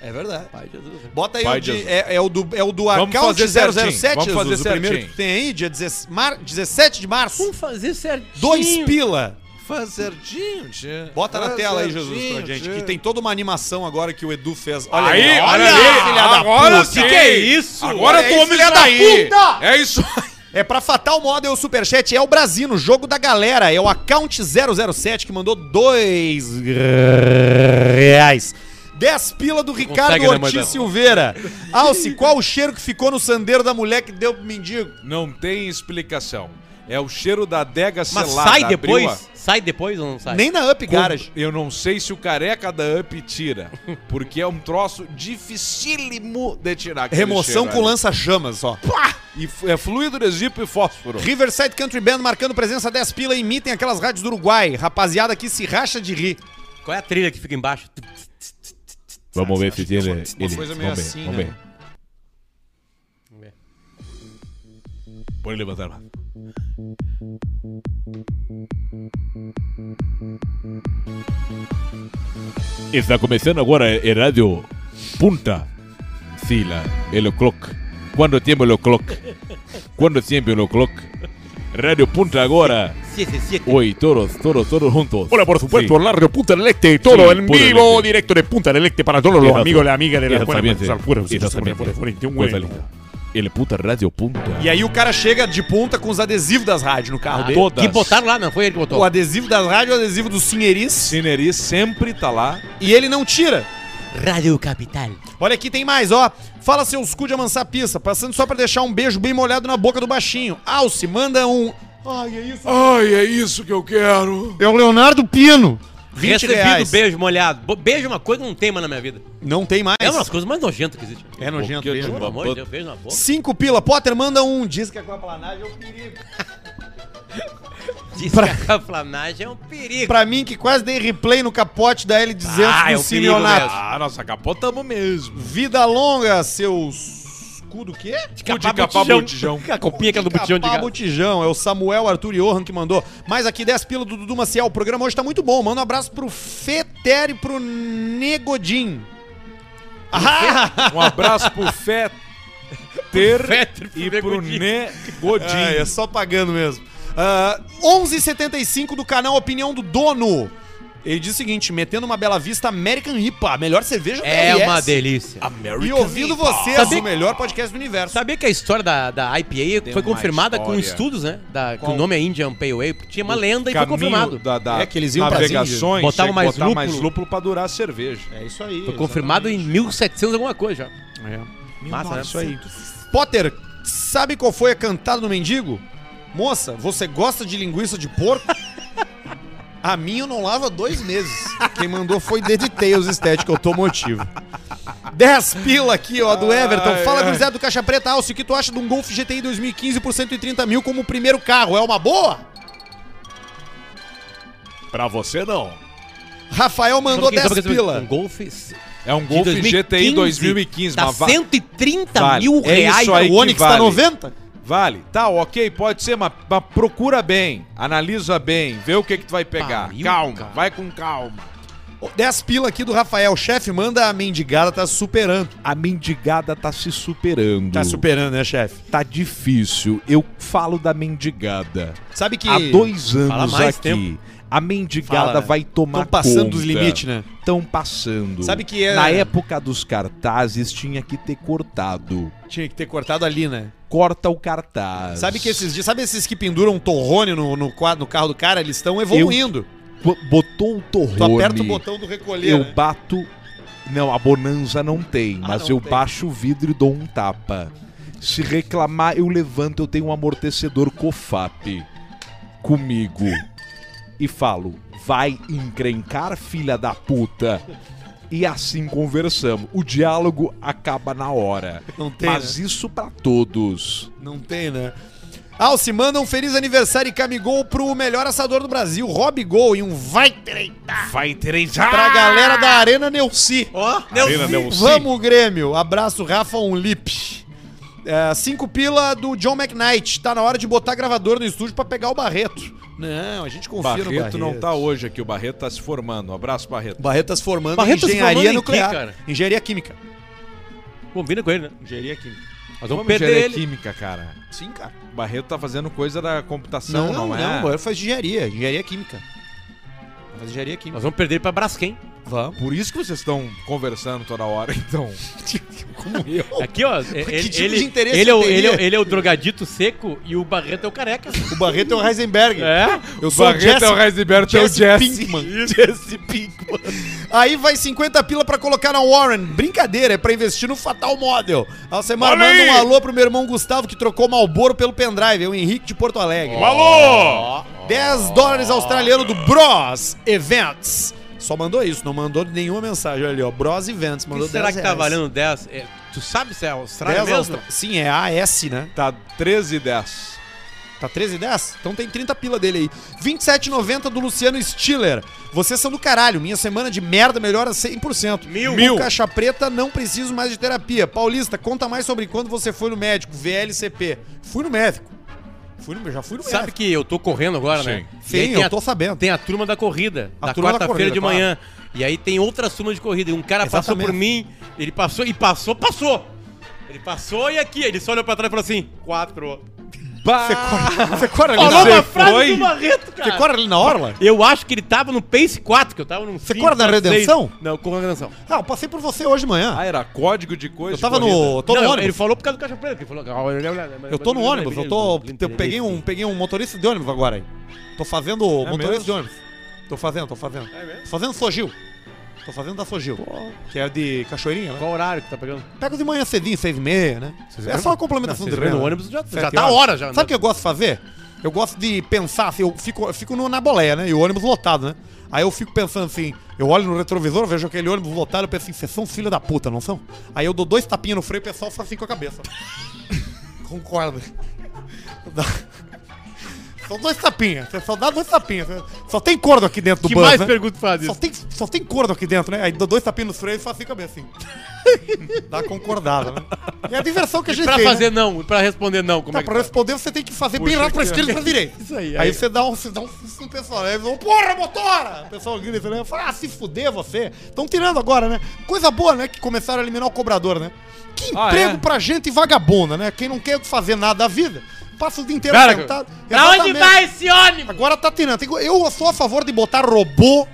A: É verdade.
B: Pai de Jesus. né?
A: Bota aí
D: Pai
A: o de-
D: Jesus.
A: é, é o do é o do
D: Vamos
A: account
D: fazer
A: 007,
D: certinho, vamos
A: Jesus,
D: fazer
A: o primeiro
D: certinho.
A: que tem aí, dia 10 mar- 17 de março.
B: Vamos fazer certinho.
A: Dois pila.
D: Fazerdinho,
A: Bota na tela
E: é,
A: aí, Jesus, pra gente. Que tem toda uma animação agora que o Edu fez. Olha
D: Aí,
A: ó.
D: olha
A: aí,
D: aí,
A: filha da
D: agora
A: puta.
D: sim.
B: Que que é isso?
D: Agora
A: É
D: eu tô
A: isso,
D: filha
A: filha da
D: da aí.
A: puta.
D: É isso.
A: É pra Fatal Model o Superchat, é o Brasino, jogo da galera. É o account 007 que mandou dois reais. 10 pila do Ricardo
B: consegue, né,
A: Ortiz
B: Moisés?
A: Silveira. Alce, qual o cheiro que ficou no sandeiro da mulher que deu pro mendigo?
D: Não tem explicação. É o cheiro da adega
B: Mas
D: selada.
B: sai
D: abriu
B: depois? Sai depois ou não sai?
A: Nem na Up
D: a-
A: Garage.
D: Eu não sei se o careca da Up tira, porque é um troço dificílimo de tirar. aquele
A: Remoção
D: cheiro
A: com
D: ali.
A: lança-chamas, ó.
D: E f- é fluido de zipo e fósforo.
A: Riverside Country Band marcando presença 10 pila. Imitem aquelas rádios do Uruguai. Rapaziada que se racha de rir.
B: Qual é a trilha que fica embaixo?
D: Vamos ver se tem ele.
A: ele- coisa meio vamos ver, assim, vamos né?
B: ver.
D: Pode levantar lá. Está começando agora a rádio Punta. Sila, el clock. Quando tempo el clock? Quando tempo el clock? Rádio Punta agora.
B: Sim, sim, sim.
D: Hoy, todos, todos, todos juntos.
G: Hola, por supuesto,
D: Sí.
G: la radio Punta del Este y todo
D: Sí,
G: en
D: Punta del
G: vivo,
D: Este.
G: directo de Punta del Este para todos los
D: Exacto.
G: amigos, las amigas de la escuela. pues,
D: Exactamente.
G: Fuera, fuera, fuera,
D: Exactamente.
G: fuera, fuera, fuera,
D: Coisa
G: fuera.
D: linda. El puta rádio Punta.
A: E aí o cara chega de ponta com os adesivos das rádios no
B: Ah.
A: carro dele.
D: todas.
B: Que botaram lá, não foi ele que
A: O
B: botou.
A: adesivo das rádios, o adesivo do Sinheris.
D: Sineri sempre tá lá.
A: E ele não tira.
B: Rádio Capital.
A: Olha aqui, tem mais, ó. Fala seus cu de amansar pista. Passando só pra deixar um beijo bem molhado na boca do baixinho. Alce, manda um. Ai, é isso.
D: Ai, é isso que eu quero.
A: É o Leonardo Pino. 20
B: Recebido
A: reais.
B: beijo molhado. Bo- Beijo é uma coisa que não tem mais na minha vida.
A: Não tem mais.
B: É uma das coisas mais nojentas que existe.
A: É nojento.
D: Porque eu
A: beijo.
D: não-
B: Pelo amor de Deus, beijo na boca.
A: Cinco pila. Potter, manda um. Diz que a aquaplanagem é um perigo.
B: Diz
A: Pra-
B: que a caflanagem é um perigo.
A: Pra mim, que quase dei replay no capote da L200
B: Ah,
A: do
B: é um perigo
A: Simeonato.
B: mesmo.
D: Ah, nossa, capotamos mesmo.
A: Vida longa, seus... Cu do quê?
D: Cu de capar botijão.
B: A copinha aquela do botijão de
A: Capá
B: gato.
A: Botijão, é o Samuel Arthur Johan que mandou. Mais aqui, 10 pila do Dudu Maciel. O programa hoje tá muito bom. Manda um abraço pro Feter e pro Negodin. Ah,
D: Um abraço pro Fé Ter
B: Fetter, pro
D: e pro
B: Negodinho.
D: Ne
A: é, é
D: Godinho.
A: só pagando mesmo. Ah, 11,75 do canal Opinião do Dono. Ele diz o seguinte, metendo uma bela vista American IPA, a melhor cerveja da
B: É
A: LS.
B: uma delícia.
A: E ouvindo vocês,
B: Sabia-
A: o melhor podcast do universo.
B: Sabia que a história da, da IPA
D: uma
B: foi confirmada com
D: história.
B: estudos, né? Da, que o nome é Indian Pale Ale, porque tinha uma lenda e foi
D: Caminho
B: confirmado.
D: Da, da
A: É que eles iam pra
D: navegações,
B: Índia.
D: tinha
B: Botavam
D: que
B: mais lúpulo.
D: mais lúpulo pra durar a cerveja.
A: É isso aí.
B: Foi confirmado em 1700 alguma coisa já. Massa, né?
G: Isso aí.
A: Potter, sabe qual foi a cantada do mendigo? Moça, você gosta de linguiça de porco? A minha eu não lavo há dois meses. Quem mandou foi Dediteus Estética Automotivo. 10 pila aqui, ó, do Everton. Fala, gurizada do Caixa Preta Alce, o que tu acha de um Golf GTI 2015 por 130 mil como primeiro carro? É uma boa?
G: Pra você não.
A: Rafael mandou
B: Só pra quem- só pra
A: 10
B: quem-
A: pila.
B: Um Golf
D: É um Golf GTI 2015,
B: tá
D: mas va-
B: 130
D: Vale.
B: mil
D: É
B: reais.
D: isso aí
A: O
D: que
A: Onix tá
D: vale.
A: 90?
D: Vale, tá, ok, pode ser, mas, mas procura bem, analisa bem, vê o que que tu vai pegar.
B: Pariu,
D: calma,
B: cara.
D: vai com calma.
A: 10 pila aqui do Rafael. Chefe, manda a mendigada, tá superando.
C: A mendigada tá se superando.
A: Tá superando, né, chefe?
C: Tá difícil. Eu falo da mendigada.
A: Sabe que.
C: Há dois anos
B: mais
C: aqui,
B: tempo.
C: a mendigada
A: Fala, né?
C: vai tomar
A: Estão passando
C: conta.
A: dos limites, né?
C: Estão passando.
A: Sabe que é-
C: Na época dos cartazes tinha que ter cortado.
A: Tinha que ter cortado ali, né?
C: Corta o cartaz.
A: Sabe que esses dias, sabe esses que penduram um torrone no, no, quadro- no carro do cara? Eles estão evoluindo.
C: Bo- Botou o torrone.
A: tu aperta o botão do recolher.
C: Eu
A: né?
C: bato. Não, a bonanza não tem,
A: Ah,
C: mas
A: não
C: eu
A: tem.
C: baixo o vidro e dou um tapa. Se reclamar, eu levanto, eu tenho um amortecedor COFAP comigo. E falo, vai encrencar, filha da puta. E assim conversamos. O diálogo acaba na hora.
A: Não tem, né?
C: mas isso pra todos.
A: Não tem, né? Alce, manda um feliz aniversário e camigol pro melhor assador do Brasil, Rob Gol, e um vai treitar
D: Vai, Tereza!
A: pra galera da Arena Neuci.
B: Ó,
G: Arena deu um sim.
A: Vamos, Grêmio. Abraço, Rafa Unlip. É, cinco pila do John McKnight. Tá na hora de botar gravador no estúdio pra pegar o Barreto. Não, a gente confia no
D: Barreto
A: Barreto.
D: não tá hoje aqui, o Barreto tá se formando. Um abraço, Barreto.
A: Barreto tá se formando
B: Barreto se
A: em engenharia
B: formando em
A: nuclear.
B: quê, cara?
A: Engenharia química.
B: Combina com ele, né?
A: Engenharia química.
B: Nós vamos
D: engenharia
B: perder ele.
D: química, cara.
A: Sim, cara.
D: O Barreto tá fazendo coisa da computação,
A: Não,
D: não,
A: não,
D: é?
A: não. Agora faz engenharia. Engenharia química. Faz engenharia química.
B: Nós vamos perder ele pra Braskem.
A: Vamos.
D: Por isso que vocês estão conversando toda hora, então.
A: Como eu.
B: Aqui, ó. é-
A: Que
B: ele,
A: tipo de
B: ele-
A: interesse
B: ele é o,
A: eu teria?
B: ele, é o- ele é o drogadito seco e o Barreto é o careca.
A: O Barreto é o Heisenberg.
B: É?
A: Eu sou o Jesse,
D: Heisenberg, tu é o
A: Jesse Pinkman. Jesse Pinkman. Aí vai 50 pila pra colocar na Warren. Brincadeira, é pra investir no Fatal Model. Alcemar
G: Olha
A: manda
G: aí.
A: um alô pro meu irmão Gustavo que trocou Malboro pelo pendrive. É o Henrique de Porto Alegre.
G: Alô!
A: 10 dólares australiano do Bros Events. Só mandou isso, não mandou nenhuma mensagem ali, ó. Bros Events
B: O que
A: mandou 10
B: será que tá
A: reais.
B: valendo 10? É, tu sabe se é Austrália
A: 10
B: mesmo?
A: Austra... Sim, é AS, né?
D: Tá 13 e 10.
A: Tá 13 e 10? Então tem 30 pila dele aí. 27,90 do Luciano Stiller. Vocês são do caralho. Minha semana de merda melhora 100%.
B: Mil.
A: Com
B: Mil.
A: Caixa preta, não preciso mais de terapia. Paulista, conta mais sobre quando você foi no médico. VLCP. Fui no médico. Fui no, já fui no
B: Sabe
A: médico.
B: que eu tô correndo agora, né?
A: Sim,
B: E aí tem
A: eu
B: a-
A: tô sabendo.
B: Tem a turma da corrida,
A: A
B: da
A: turma da
B: quarta-feira
A: corrida,
B: de manhã. E aí tem outras turmas de corrida. E um cara passou
A: Exatamente.
B: por mim, ele passou e passou, passou. Ele passou e aqui, ele só olhou pra trás e falou assim: quatro.
A: Você corre ali na
B: Falou uma
A: orla?
B: frase do Barreto,
A: Você
B: cara.
A: corre ali na orla?
B: Eu acho que ele tava no Pace 4, que eu tava no.
A: Você
B: cinco,
A: corre na
B: seis.
A: Redenção?
B: Não, eu corro na redenção.
A: Ah, eu passei por você hoje de manhã.
D: Ah, era código de coisa.
A: Eu tava
D: de corrida.
A: no. Tô no
B: Não,
A: ônibus.
B: ele falou por causa do caixa preta. que Ele é falou,
A: Eu tô no ônibus, eu tô. Eu peguei um, peguei um motorista de ônibus agora aí. Tô fazendo motorista
D: mesmo?
A: de ônibus. Tô fazendo, tô fazendo.
B: É mesmo?
A: Tô fazendo Sogil. Tô fazendo da Sogil. Que é de cachoeirinha, né?
B: Qual horário que tá pegando?
A: Pega de manhã cedinho, seis e meia, né? É só uma complementação
B: Vocês
A: de
B: vêm
A: treino.
B: no
A: né?
B: ônibus já, já
A: Sete
B: tá a
A: horas.
B: hora já.
A: Sabe o que eu gosto de fazer? Eu gosto de pensar, assim, eu fico, eu fico no- na boleia, né? E o ônibus lotado, né? Aí eu fico pensando assim, eu olho no retrovisor, vejo aquele ônibus lotado, eu penso assim, vocês são filha da puta, não são? Aí eu dou dois tapinhas no freio e o pessoal faz assim com a cabeça. Concorda. Dá- São dois tapinhas, você só dá dois tapinhas. né? Só tem corno aqui dentro do
B: que
A: banco.
B: mais
A: né?
B: pergunta faz
A: Só
B: isso?
A: tem, só tem corno aqui dentro, né? Aí dou dois tapinhos no freio e faz assim com a cabeça, assim. Dá concordada, né? É a diversão que a gente
B: Pra
A: tem, né?
B: fazer não, e pra responder não, como
A: Tá,
B: é que
A: pra responder, você tem que fazer bem lá pra esquerda e pra direita. Isso
B: aí,
A: Aí
B: aí-
A: você dá um, você dá um susto no pessoal. Aí eles vão, porra, motora! O pessoal grita, né? Fala, ah, se fuder você. Estão tirando agora, né? Coisa boa, né? Que começaram a eliminar o cobrador, né? Que
D: Ah,
A: emprego
D: é?
A: pra gente vagabunda, né? Quem não quer fazer nada da vida, passa o dia inteiro
B: Cara,
A: sentado.
B: Pra onde
A: Exatamente.
B: vai esse ônibus?
A: Agora tá tirando. Tem co- Eu sou a favor de botar robô,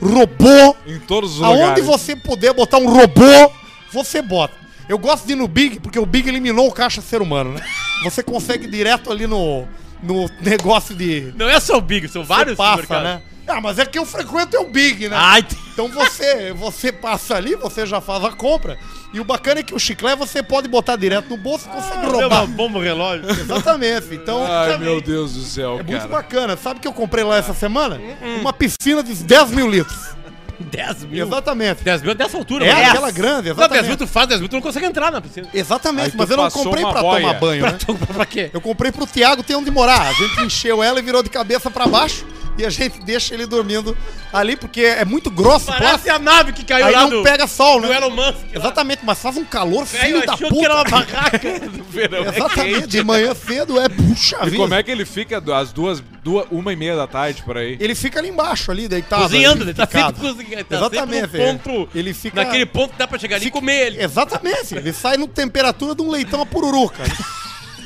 A: robô,
D: Em todos os
A: Aonde
D: lugares.
A: você puder botar um robô, você bota. Eu gosto de ir no Big, porque o Big eliminou o caixa ser humano, né? Você consegue ir direto ali no, no negócio de
B: Não é só o Big, são vários
A: pafa,
B: supermercados.
A: né? Ah, mas é que eu frequento é o Big,
D: Ah.
A: né?
B: Ai, tem-
A: Então você, você passa ali, você já faz a compra. E o bacana é que o chiclete você pode botar direto no bolso e
D: Ah,
A: consegue
B: deu uma
A: roubar.
B: bomba no relógio.
A: Exatamente. Então,
D: Ai,
A: sabe,
D: meu Deus do céu,
A: é muito
D: Ah, cara. Hum,
A: bacana. Sabe o que eu comprei lá essa semana? Uma piscina de 10 mil litros.
B: 10 mil.
A: Exatamente.
B: 10 mil é dessa altura.
A: É,
B: mano.
A: aquela grande,
B: Não, 10 mil
A: exatamente.
B: tu faz, 10 mil tu não consegue entrar na piscina.
D: Aí
A: Exatamente,
D: tu
A: mas eu não
D: passou
A: comprei
D: uma
A: pra
D: boia.
A: tomar banho, né?
B: Então, pra quê?
A: Eu comprei pro Thiago ter onde morar. A gente encheu ela e virou de cabeça pra baixo. E a gente deixa ele dormindo ali, porque é muito grosso o
B: Parece
A: plástico.
B: a nave que caiu
A: Aí
B: lá
A: não
B: do,
A: pega sol, né?
B: do Elon Musk. lá.
A: Exatamente, mas faz um calor
B: Velho,
A: filho da
B: achou que era uma
A: puta.
B: barraca do verão. é
A: Exatamente, de manhã cedo é puxa
D: E
A: vida.
D: como é que ele fica do- às duas, duas, uma e meia da tarde por aí?
A: Ele fica ali embaixo, ali deitado.
B: Cozinhando,
A: ali,
B: ele tá sempre
A: ficado.
B: cozinhando. Tá
A: Exatamente, é.
B: sempre no ponto,
A: ele fica-
B: Naquele ponto que dá pra chegar ali e comer
A: é,
B: ele.
A: Exatamente, ele sai na temperatura de um leitão a pururu, cara.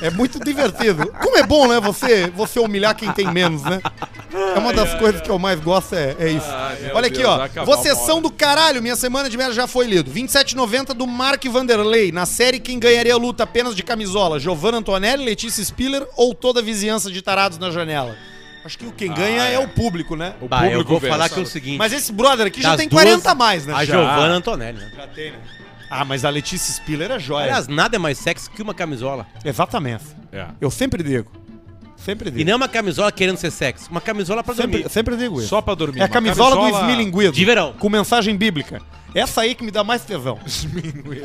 A: É muito divertido. Como é bom, né? Você, você humilhar quem tem menos, né? É uma das coisas que eu mais gosto, é, é isso.
D: meu
A: Olha aqui,
D: Deus, vai
A: ó.
D: acabar
A: Vocês
D: uma
A: são do caralho, minha semana de merda já foi lido. 27,90 do Mark Vanderlei, na série Quem Ganharia a Luta apenas de camisola. Giovanna Antonelli, Letícia Spiller ou toda a vizinhança de tarados na janela? Acho que o quem ganha é. o público, né?
D: O
B: Bah, eu vou
D: vê
B: falar
D: essa-
B: que é o seguinte.
A: Mas esse brother aqui já
B: das
A: tem
B: duas,
A: 40 a mais, né?
B: A
A: Já.
B: Giovanna Antonelli, né?
A: Ah, mas a Letícia Spiller é joia.
B: Aliás, nada é mais sexy que uma camisola.
A: Exatamente.
D: É.
A: Eu sempre digo. Sempre digo.
B: E não é uma camisola querendo ser sexy. Uma camisola pra
A: sempre,
B: dormir.
A: sempre digo isso.
D: Só pra dormir.
A: é a
D: uma
A: camisola, do Smilinguido.
B: De verão.
A: Com mensagem bíblica. Essa aí que me dá mais tesão.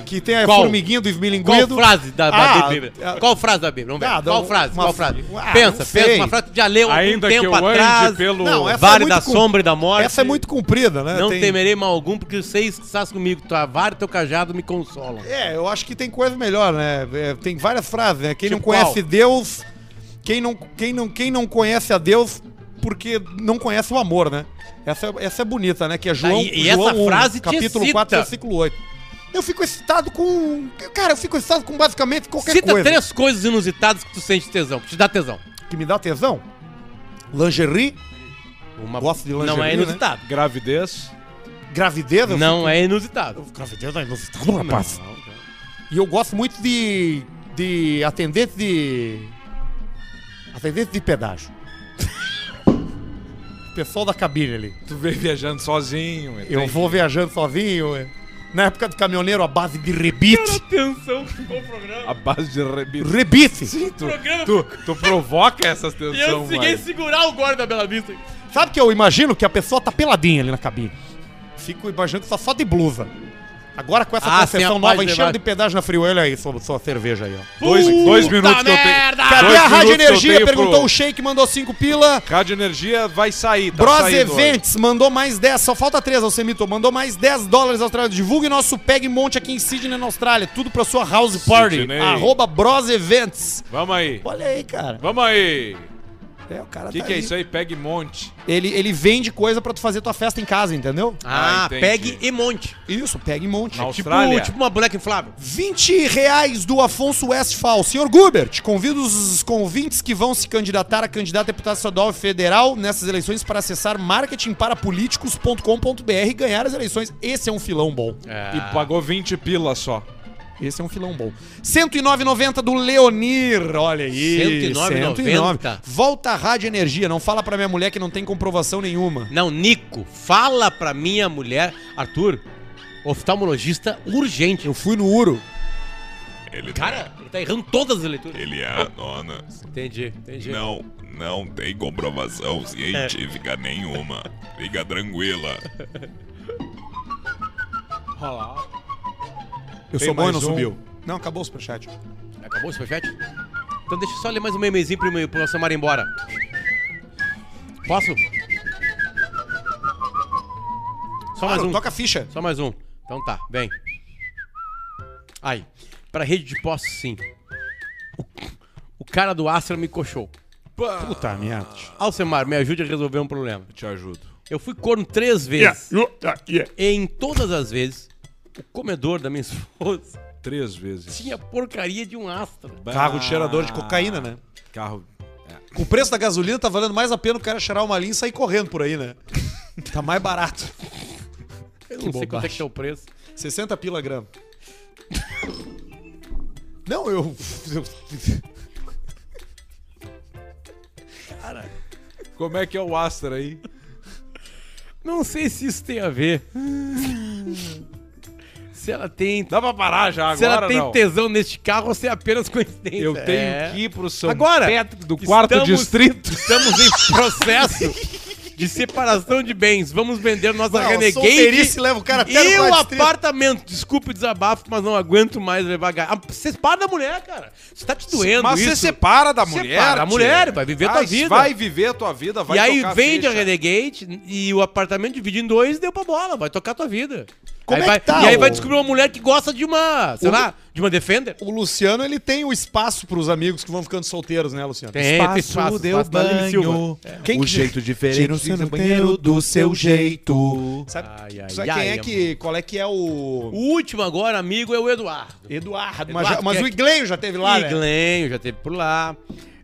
A: que tem a
B: Qual?
A: formiguinha do
B: Qual
A: Smilinguido.
B: frase da, da
A: Ah,
B: Bíblia?
A: ah,
B: Qual frase da Bíblia? Vamos ver.
A: Ah, dá
B: Qual
A: um-
B: frase?
A: uma-
B: Qual frase?
A: Ah,
B: pensa,
A: não
B: pensa.
A: sei.
B: Uma frase que tu já leu há um
D: Ainda que
B: tempo
D: eu ande
B: atrás.
D: pelo...
A: Não, essa é
B: Vale
A: muito
B: da
A: com-
B: sombra e da morte.
A: Essa é muito comprida, né?
B: Não
A: Tem-
B: temerei mal algum, porque vocês que estás comigo. Tua vara e teu cajado me consolam.
A: É, eu acho que tem coisa melhor, né? É, tem várias frases, né? Quem não
B: Tipo
A: conhece
B: qual?
A: Deus, quem não, quem, não, quem não conhece a Deus porque não conhece o amor, né? Essa, é- essa é bonita, né? Que é João,
B: Tá, e
A: João
B: essa frase te
A: capítulo
B: excita.
A: 4, versículo 8. Eu fico excitado com... Cara, eu fico excitado com basicamente qualquer
B: Cita
A: coisa.
B: três coisas inusitadas que tu sente tesão, que te dá tesão.
A: Que me dá tesão. Lingerie,
B: Uma...
A: Gosto de
B: Não
A: lingerie,
B: é
A: né?
B: inusitado.
D: Gravidez.
A: gravidez. eu
B: Não é inusitado.
A: fico- Gravidez não é inusitado, rapaz. E eu gosto muito de... De atendente de... Atendente de pedágio. Pessoal da cabine ali.
D: Tu vem viajando sozinho.
A: Eu vou viajando sozinho. é. Na época do caminhoneiro, a base de rebite.
B: Tensão que ficou o programa.
D: A base de rebite.
A: Rebite.
D: Tu,
B: programa-
D: tu, tu provoca essas
B: E eu
D: tensões,
B: consegui
D: velho.
B: segurar o guarda da Bela Vista.
A: Sabe que eu imagino que a pessoa tá peladinha ali na cabine. Fico imaginando que tá só de blusa. Agora com essa
B: Ah, sem a
A: concessão
B: parte
A: nova,
B: de
A: enchendo
B: baixo.
A: de pedágio na frio. Olha aí, sua, sua cerveja aí, ó.
D: Dois, dois
B: Puta
D: minutos que eu tenho.
B: merda!
A: Cadê
D: dois
A: a Rádio
D: minutos que eu
A: Energia?
D: tenho pro-
A: Perguntou o Shake, mandou cinco pila.
D: Rádio Energia vai sair, tá
A: Bros
D: saindo hoje.
A: Events mandou mais 10, só falta 3, Alcemito. Mandou mais 10 dólares austrália. Divulgue nosso Peg Monte aqui em Sydney, na Austrália. Tudo pra sua house party.
D: Sydney.
A: Arroba Bros Events.
D: Vamos aí.
A: Olha aí, cara.
D: Vamos aí.
A: É, o cara
D: O que,
A: tá
D: que é
A: aí. É
D: isso aí? Pegue monte.
A: Ele, ele vende coisa pra tu fazer tua festa em casa, entendeu?
B: Ah,
D: Ah, entendi.
B: pegue e monte.
A: Isso, pega em monte.
D: Na
B: Tipo,
D: Austrália.
B: tipo uma boneca inflável.
A: 20 reais do Afonso Westphal. Senhor Gubert, convido os convintes que vão se candidatar a candidato a deputado estadual e federal nessas eleições para acessar marketingparapoliticos.com.br e ganhar as eleições. Esse é um filão bom.
D: E pagou 20 pila só.
A: Esse é um filão bom. 109,90 do Leonir. Olha aí.
B: 109,90.
A: 109,90. Volta à Rádio Energia. Não fala pra minha mulher que não tem comprovação nenhuma.
B: Não, Nico, fala pra minha mulher, Arthur, oftalmologista urgente.
A: Eu fui no Uro.
G: Ele,
B: Cara, ele tá errando todas as leituras.
G: ele é a nona.
B: Entendi, entendi.
G: Não, não tem comprovação científica nenhuma. Fica tranquila.
A: Eu
D: Tem
A: sou bom e
D: mais
A: não
D: um.
A: subiu. Não, acabou o superchat.
B: Acabou o superchat? Então deixa eu só ler mais um memezinho pro, meu- pro nosso Samara ir embora. Posso? Só mais
A: Claro,
B: um.
A: Toca a ficha.
B: Só mais um. Então tá, vem. Aí, pra rede de postos, sim. O- O cara do Astra me coxou.
A: Puta merda.
B: Alcemar, me ajude a resolver um problema.
D: Te ajudo.
B: Eu fui corno
A: É,
B: três vezes.
A: tá,
B: E em todas as vezes, o comedor da minha esposa
D: Três vezes.
B: tinha porcaria de um Astra.
A: Carro de cheirador de cocaína, né?
D: Ah, Carro.
A: O preço da gasolina tá valendo mais a pena o cara cheirar uma linha e sair correndo por aí, né? Tá mais barato.
B: Eu
A: Que
B: não sei quanto é
A: bobagem.
B: que é o preço.
A: 60 pila a grama. Não, eu. eu-
D: Como é que é o Astra aí?
B: Não sei se isso tem a ver. se ela tem.
D: Dá pra parar já agora,
B: se ela tem
D: não?
B: tesão neste carro ou se é apenas coincidência.
D: Eu tenho
B: É.
D: que ir pro São
B: Agora,
D: Pedro do quarto
B: estamos-
D: distrito.
B: Estamos em processo de separação de bens. Vamos vender nossa
A: Não,
B: Renegade.
A: solteirice leva o cara até
B: E
A: no
B: o
A: quarto distrito.
B: apartamento, desculpe o desabafo, mas não aguento mais levar gar... Ah, Você para da mulher, cara. Você tá te doendo
D: Mas
B: isso.
D: você separa da mulher.
B: Separa da mulher,
D: tia.
B: vai viver tua vida.
D: Vai viver a tua vida, vai
B: e aí
D: tocar
B: vende a
D: ficha.
B: Renegade e o apartamento divide em dois deu pra bola. Vai tocar tua vida.
A: Como
B: aí
A: é que
B: vai,
A: tá
B: e aí
A: o-
B: vai descobrir uma mulher que gosta de uma, sei
A: O-
B: lá, de uma Defender.
A: O Luciano, ele tem o espaço pros amigos que vão ficando solteiros, né, Luciano?
B: Tem, tem espaço, espaço da Aline Silva.
A: Quem
C: É. o
A: que-
C: jeito
A: Tira
C: diferente
A: o
C: de ser
A: seu
C: banheiro
A: banheiro
C: do seu jeito.
A: Sabe,
B: Ai, ai,
A: sabe
B: ai,
A: quem é
B: amor.
A: que. Qual é que é o.
B: O último agora, amigo, é o Eduardo.
A: Eduardo.
B: Eduardo,
A: Mas, já- mas
B: quem é
A: o Igleio já teve lá,
B: e
A: né?
B: Glenn, já teve por lá.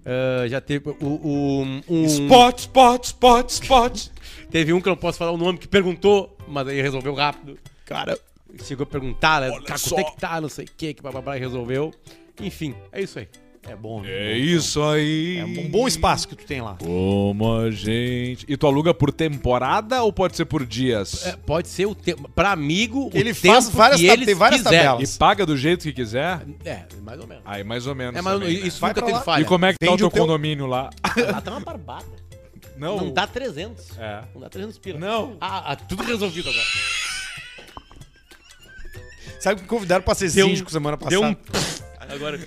B: Ah, já teve o, o- um- um-
D: Spot, spot, spot, spot.
B: Teve um que eu não posso falar o nome que perguntou, mas aí resolveu rápido.
A: Cara,
B: Chegou a perguntar, né?
G: Olha
B: Caco,
G: só.
B: tem que tá, não sei o que, que bababá e resolveu. Enfim, é isso aí.
A: é bom.
D: É isso aí.
A: É um bom espaço que tu tem lá.
D: Como a gente. E tu aluga por temporada ou pode ser por dias?
B: É, pode ser o tempo. Pra amigo,
A: Ele
B: o
A: faz
B: tempo
A: várias
B: que
A: tab-
B: eles
A: tem várias
B: quiserem.
A: tabelas.
D: E paga do jeito que quiser?
B: É, mais ou menos.
D: Aí mais ou menos.
B: É, mas
D: também, né?
B: isso
A: Vai
B: nunca
A: pra
B: teve
A: lá.
B: falha.
D: E como é que tá o
A: Vende
D: teu
A: o teu-
D: condomínio lá?
B: Lá tá uma barbada.
A: Então,
D: Não.
B: Não dá 300.
D: É.
B: Não dá 300 pila.
D: Não.
B: Ah, ah, tudo resolvido agora.
A: Sabe que me convidaram pra ser
B: Deu um-
A: síndico semana passada?
B: Deu um... Agora...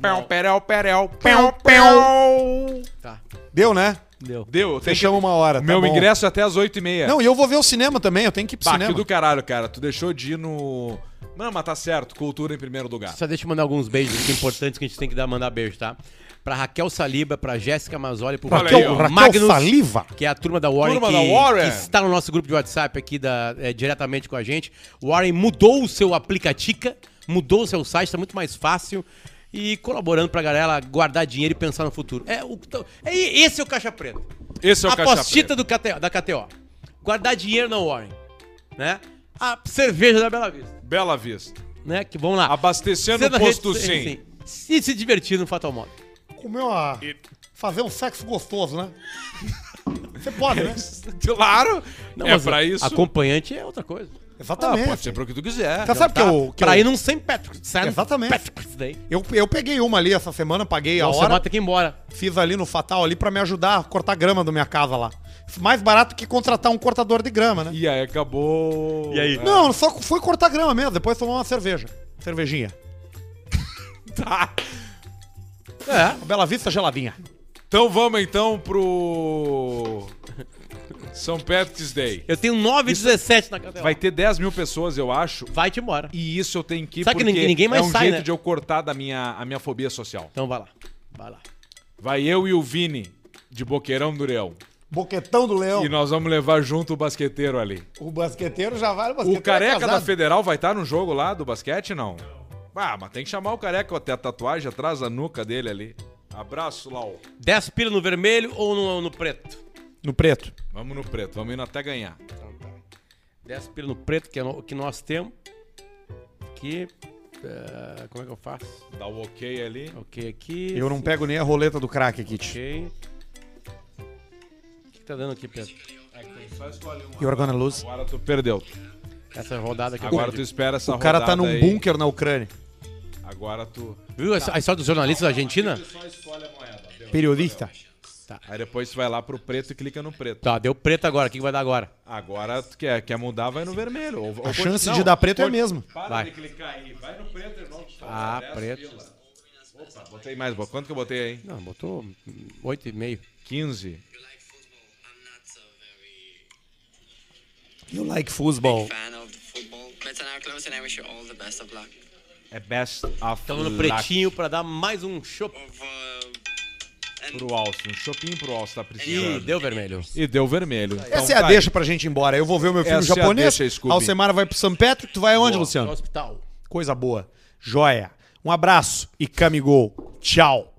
D: Péu, péu, péu, péu, péu.
B: Tá,
A: Deu, né?
B: deu.
D: Deu, tem
A: Fechamos uma hora.
D: O
A: tá
D: Meu
A: bom.
D: ingresso é até as 8h30.
A: Não, e eu vou ver o cinema também, eu tenho que ir pro
D: Bah, que
A: cinema.
D: do caralho, cara. Tu deixou de ir no. Não, mas tá certo. Cultura em primeiro lugar.
B: Só deixa eu mandar alguns beijos aqui importantes que a gente tem que dar, mandar beijo, tá? Pra Raquel Saliba, pra Jéssica Mazzoli, pro
D: Olha
A: Raquel,
D: aí, ó.
A: Raquel
B: Magnus,
A: Saliva.
B: que é a turma da Warren,
D: Turma
B: que,
D: da Warren.
B: que está no nosso grupo de WhatsApp aqui da- é, diretamente com a gente. O Warren mudou o seu aplicatica, mudou o seu site, está muito mais fácil. E colaborando pra galera guardar dinheiro e pensar no futuro. É, o, é esse é o caixa preto.
D: Esse é o
B: a
D: Caixa
B: postita do KTO, da KTO. Guardar dinheiro na Warren, né? A cerveja da Bela Vista,
D: Bela Vista.
B: né? Que vamos lá.
D: Abastecendo o
B: Sendo
D: posto
B: rede-
D: sim.
B: sim. E se divertir no Fatal Modo.
A: Comer uma... Fazer um sexo gostoso, né? Você pode, né?
D: Claro. é
B: mas
D: pra isso.
B: Acompanhante é outra coisa.
D: Ah,
A: Exatamente.
D: pode ser pro que tu quiser.
A: Tá, sabe que eu... Que
B: pra
A: eu...
B: ir num St. Patrick's. St.
A: Exatamente.
B: Patrick's Day.
A: Eu, eu peguei uma ali essa semana, paguei a
B: Nossa,
A: hora,
B: semana tem que ir embora.
A: fiz ali no Fatal ali pra me ajudar a cortar grama da minha casa lá. Mais barato que contratar um cortador de grama, né?
D: E aí acabou.
B: E aí?
D: É.
A: Não, só foi cortar grama mesmo, depois tomar uma cerveja. Cervejinha.
D: Tá.
B: É.
A: Bela Vista geladinha.
D: Então vamos então pro. São Patrick's Day.
B: Eu tenho 9 e 17 na cadela.
D: Vai ter 10 mil pessoas, eu acho.
B: Vai-te embora.
D: E isso eu tenho que ir
B: Sabe que ninguém- ninguém mais
D: é um
B: sai,
D: jeito
B: né?
D: de eu cortar da minha, a minha fobia social.
B: Então vai lá. Vai lá.
D: Vai eu e o Vini, de Boqueirão do Leão.
A: Boquetão do Leão.
D: E nós vamos levar junto o basqueteiro ali.
A: O basqueteiro já vai.
D: O careca da Federal vai estar no jogo lá do basquete, não? Ah, mas tem que chamar o careca até a tatuagem atrás da nuca dele ali. Abraço, Lau.
B: 10 pila no vermelho ou no, no preto?
A: No preto.
D: Vamos no preto, vamos indo até ganhar.
B: 10 pila no preto, que é o que nós temos. Que. eh, como é que eu faço?
D: Dá o ok ali.
B: Ok, aqui.
A: Eu não pego nem a roleta do crack, Kit.
B: Ok. O que que tá dando aqui, Pedro?
D: É
A: You're gonna lose.
D: Agora tu perdeu.
B: Essa rodada aqui.
D: Agora tu espera essa
A: O cara tá
D: rodada
A: num
D: aí.
A: bunker na Ucrânia.
D: Agora tu.
B: Viu a a história dos jornalistas da Argentina?
A: Periodista.
D: Aí depois tu vai lá pro preto e clica no preto.
B: Tá, deu preto agora. O que que vai dar agora?
D: Agora tu quer, quer mudar, vai no vermelho. Ou- ou-
A: A chance
D: não,
A: de dar preto é a
D: pode-
A: mesma.
D: Para
B: Vai.
D: de clicar aí. Vai no preto, irmão. tá
B: Ah,
D: Dez
B: preto.
D: pila. Opa, botei mais. bo- Quanto que eu botei aí?
B: Não, botou 8,5.
D: 15.
A: You like football.
F: fan of the football. But now close and I wish you all the best of luck.
D: É best of
B: Estamos no
D: luck
B: pretinho pra dar mais um chopp.
F: Of uh, and
D: Pro Alston. Um chopinho pro Alston, tá
B: Ih,
D: precisando.
B: deu vermelho.
D: E deu vermelho. Então
A: Essa é a
D: tá aí.
A: deixa pra gente ir embora. Eu vou ver o meu filme
D: Essa é a
A: japonês.
D: deixa, Scooby.
A: Alcemara vai pro São Pedro. Tu vai aonde,
B: Boa,
A: Luciano?
B: Hospital.
A: Coisa boa. Joia. Um abraço e camigol. Tchau.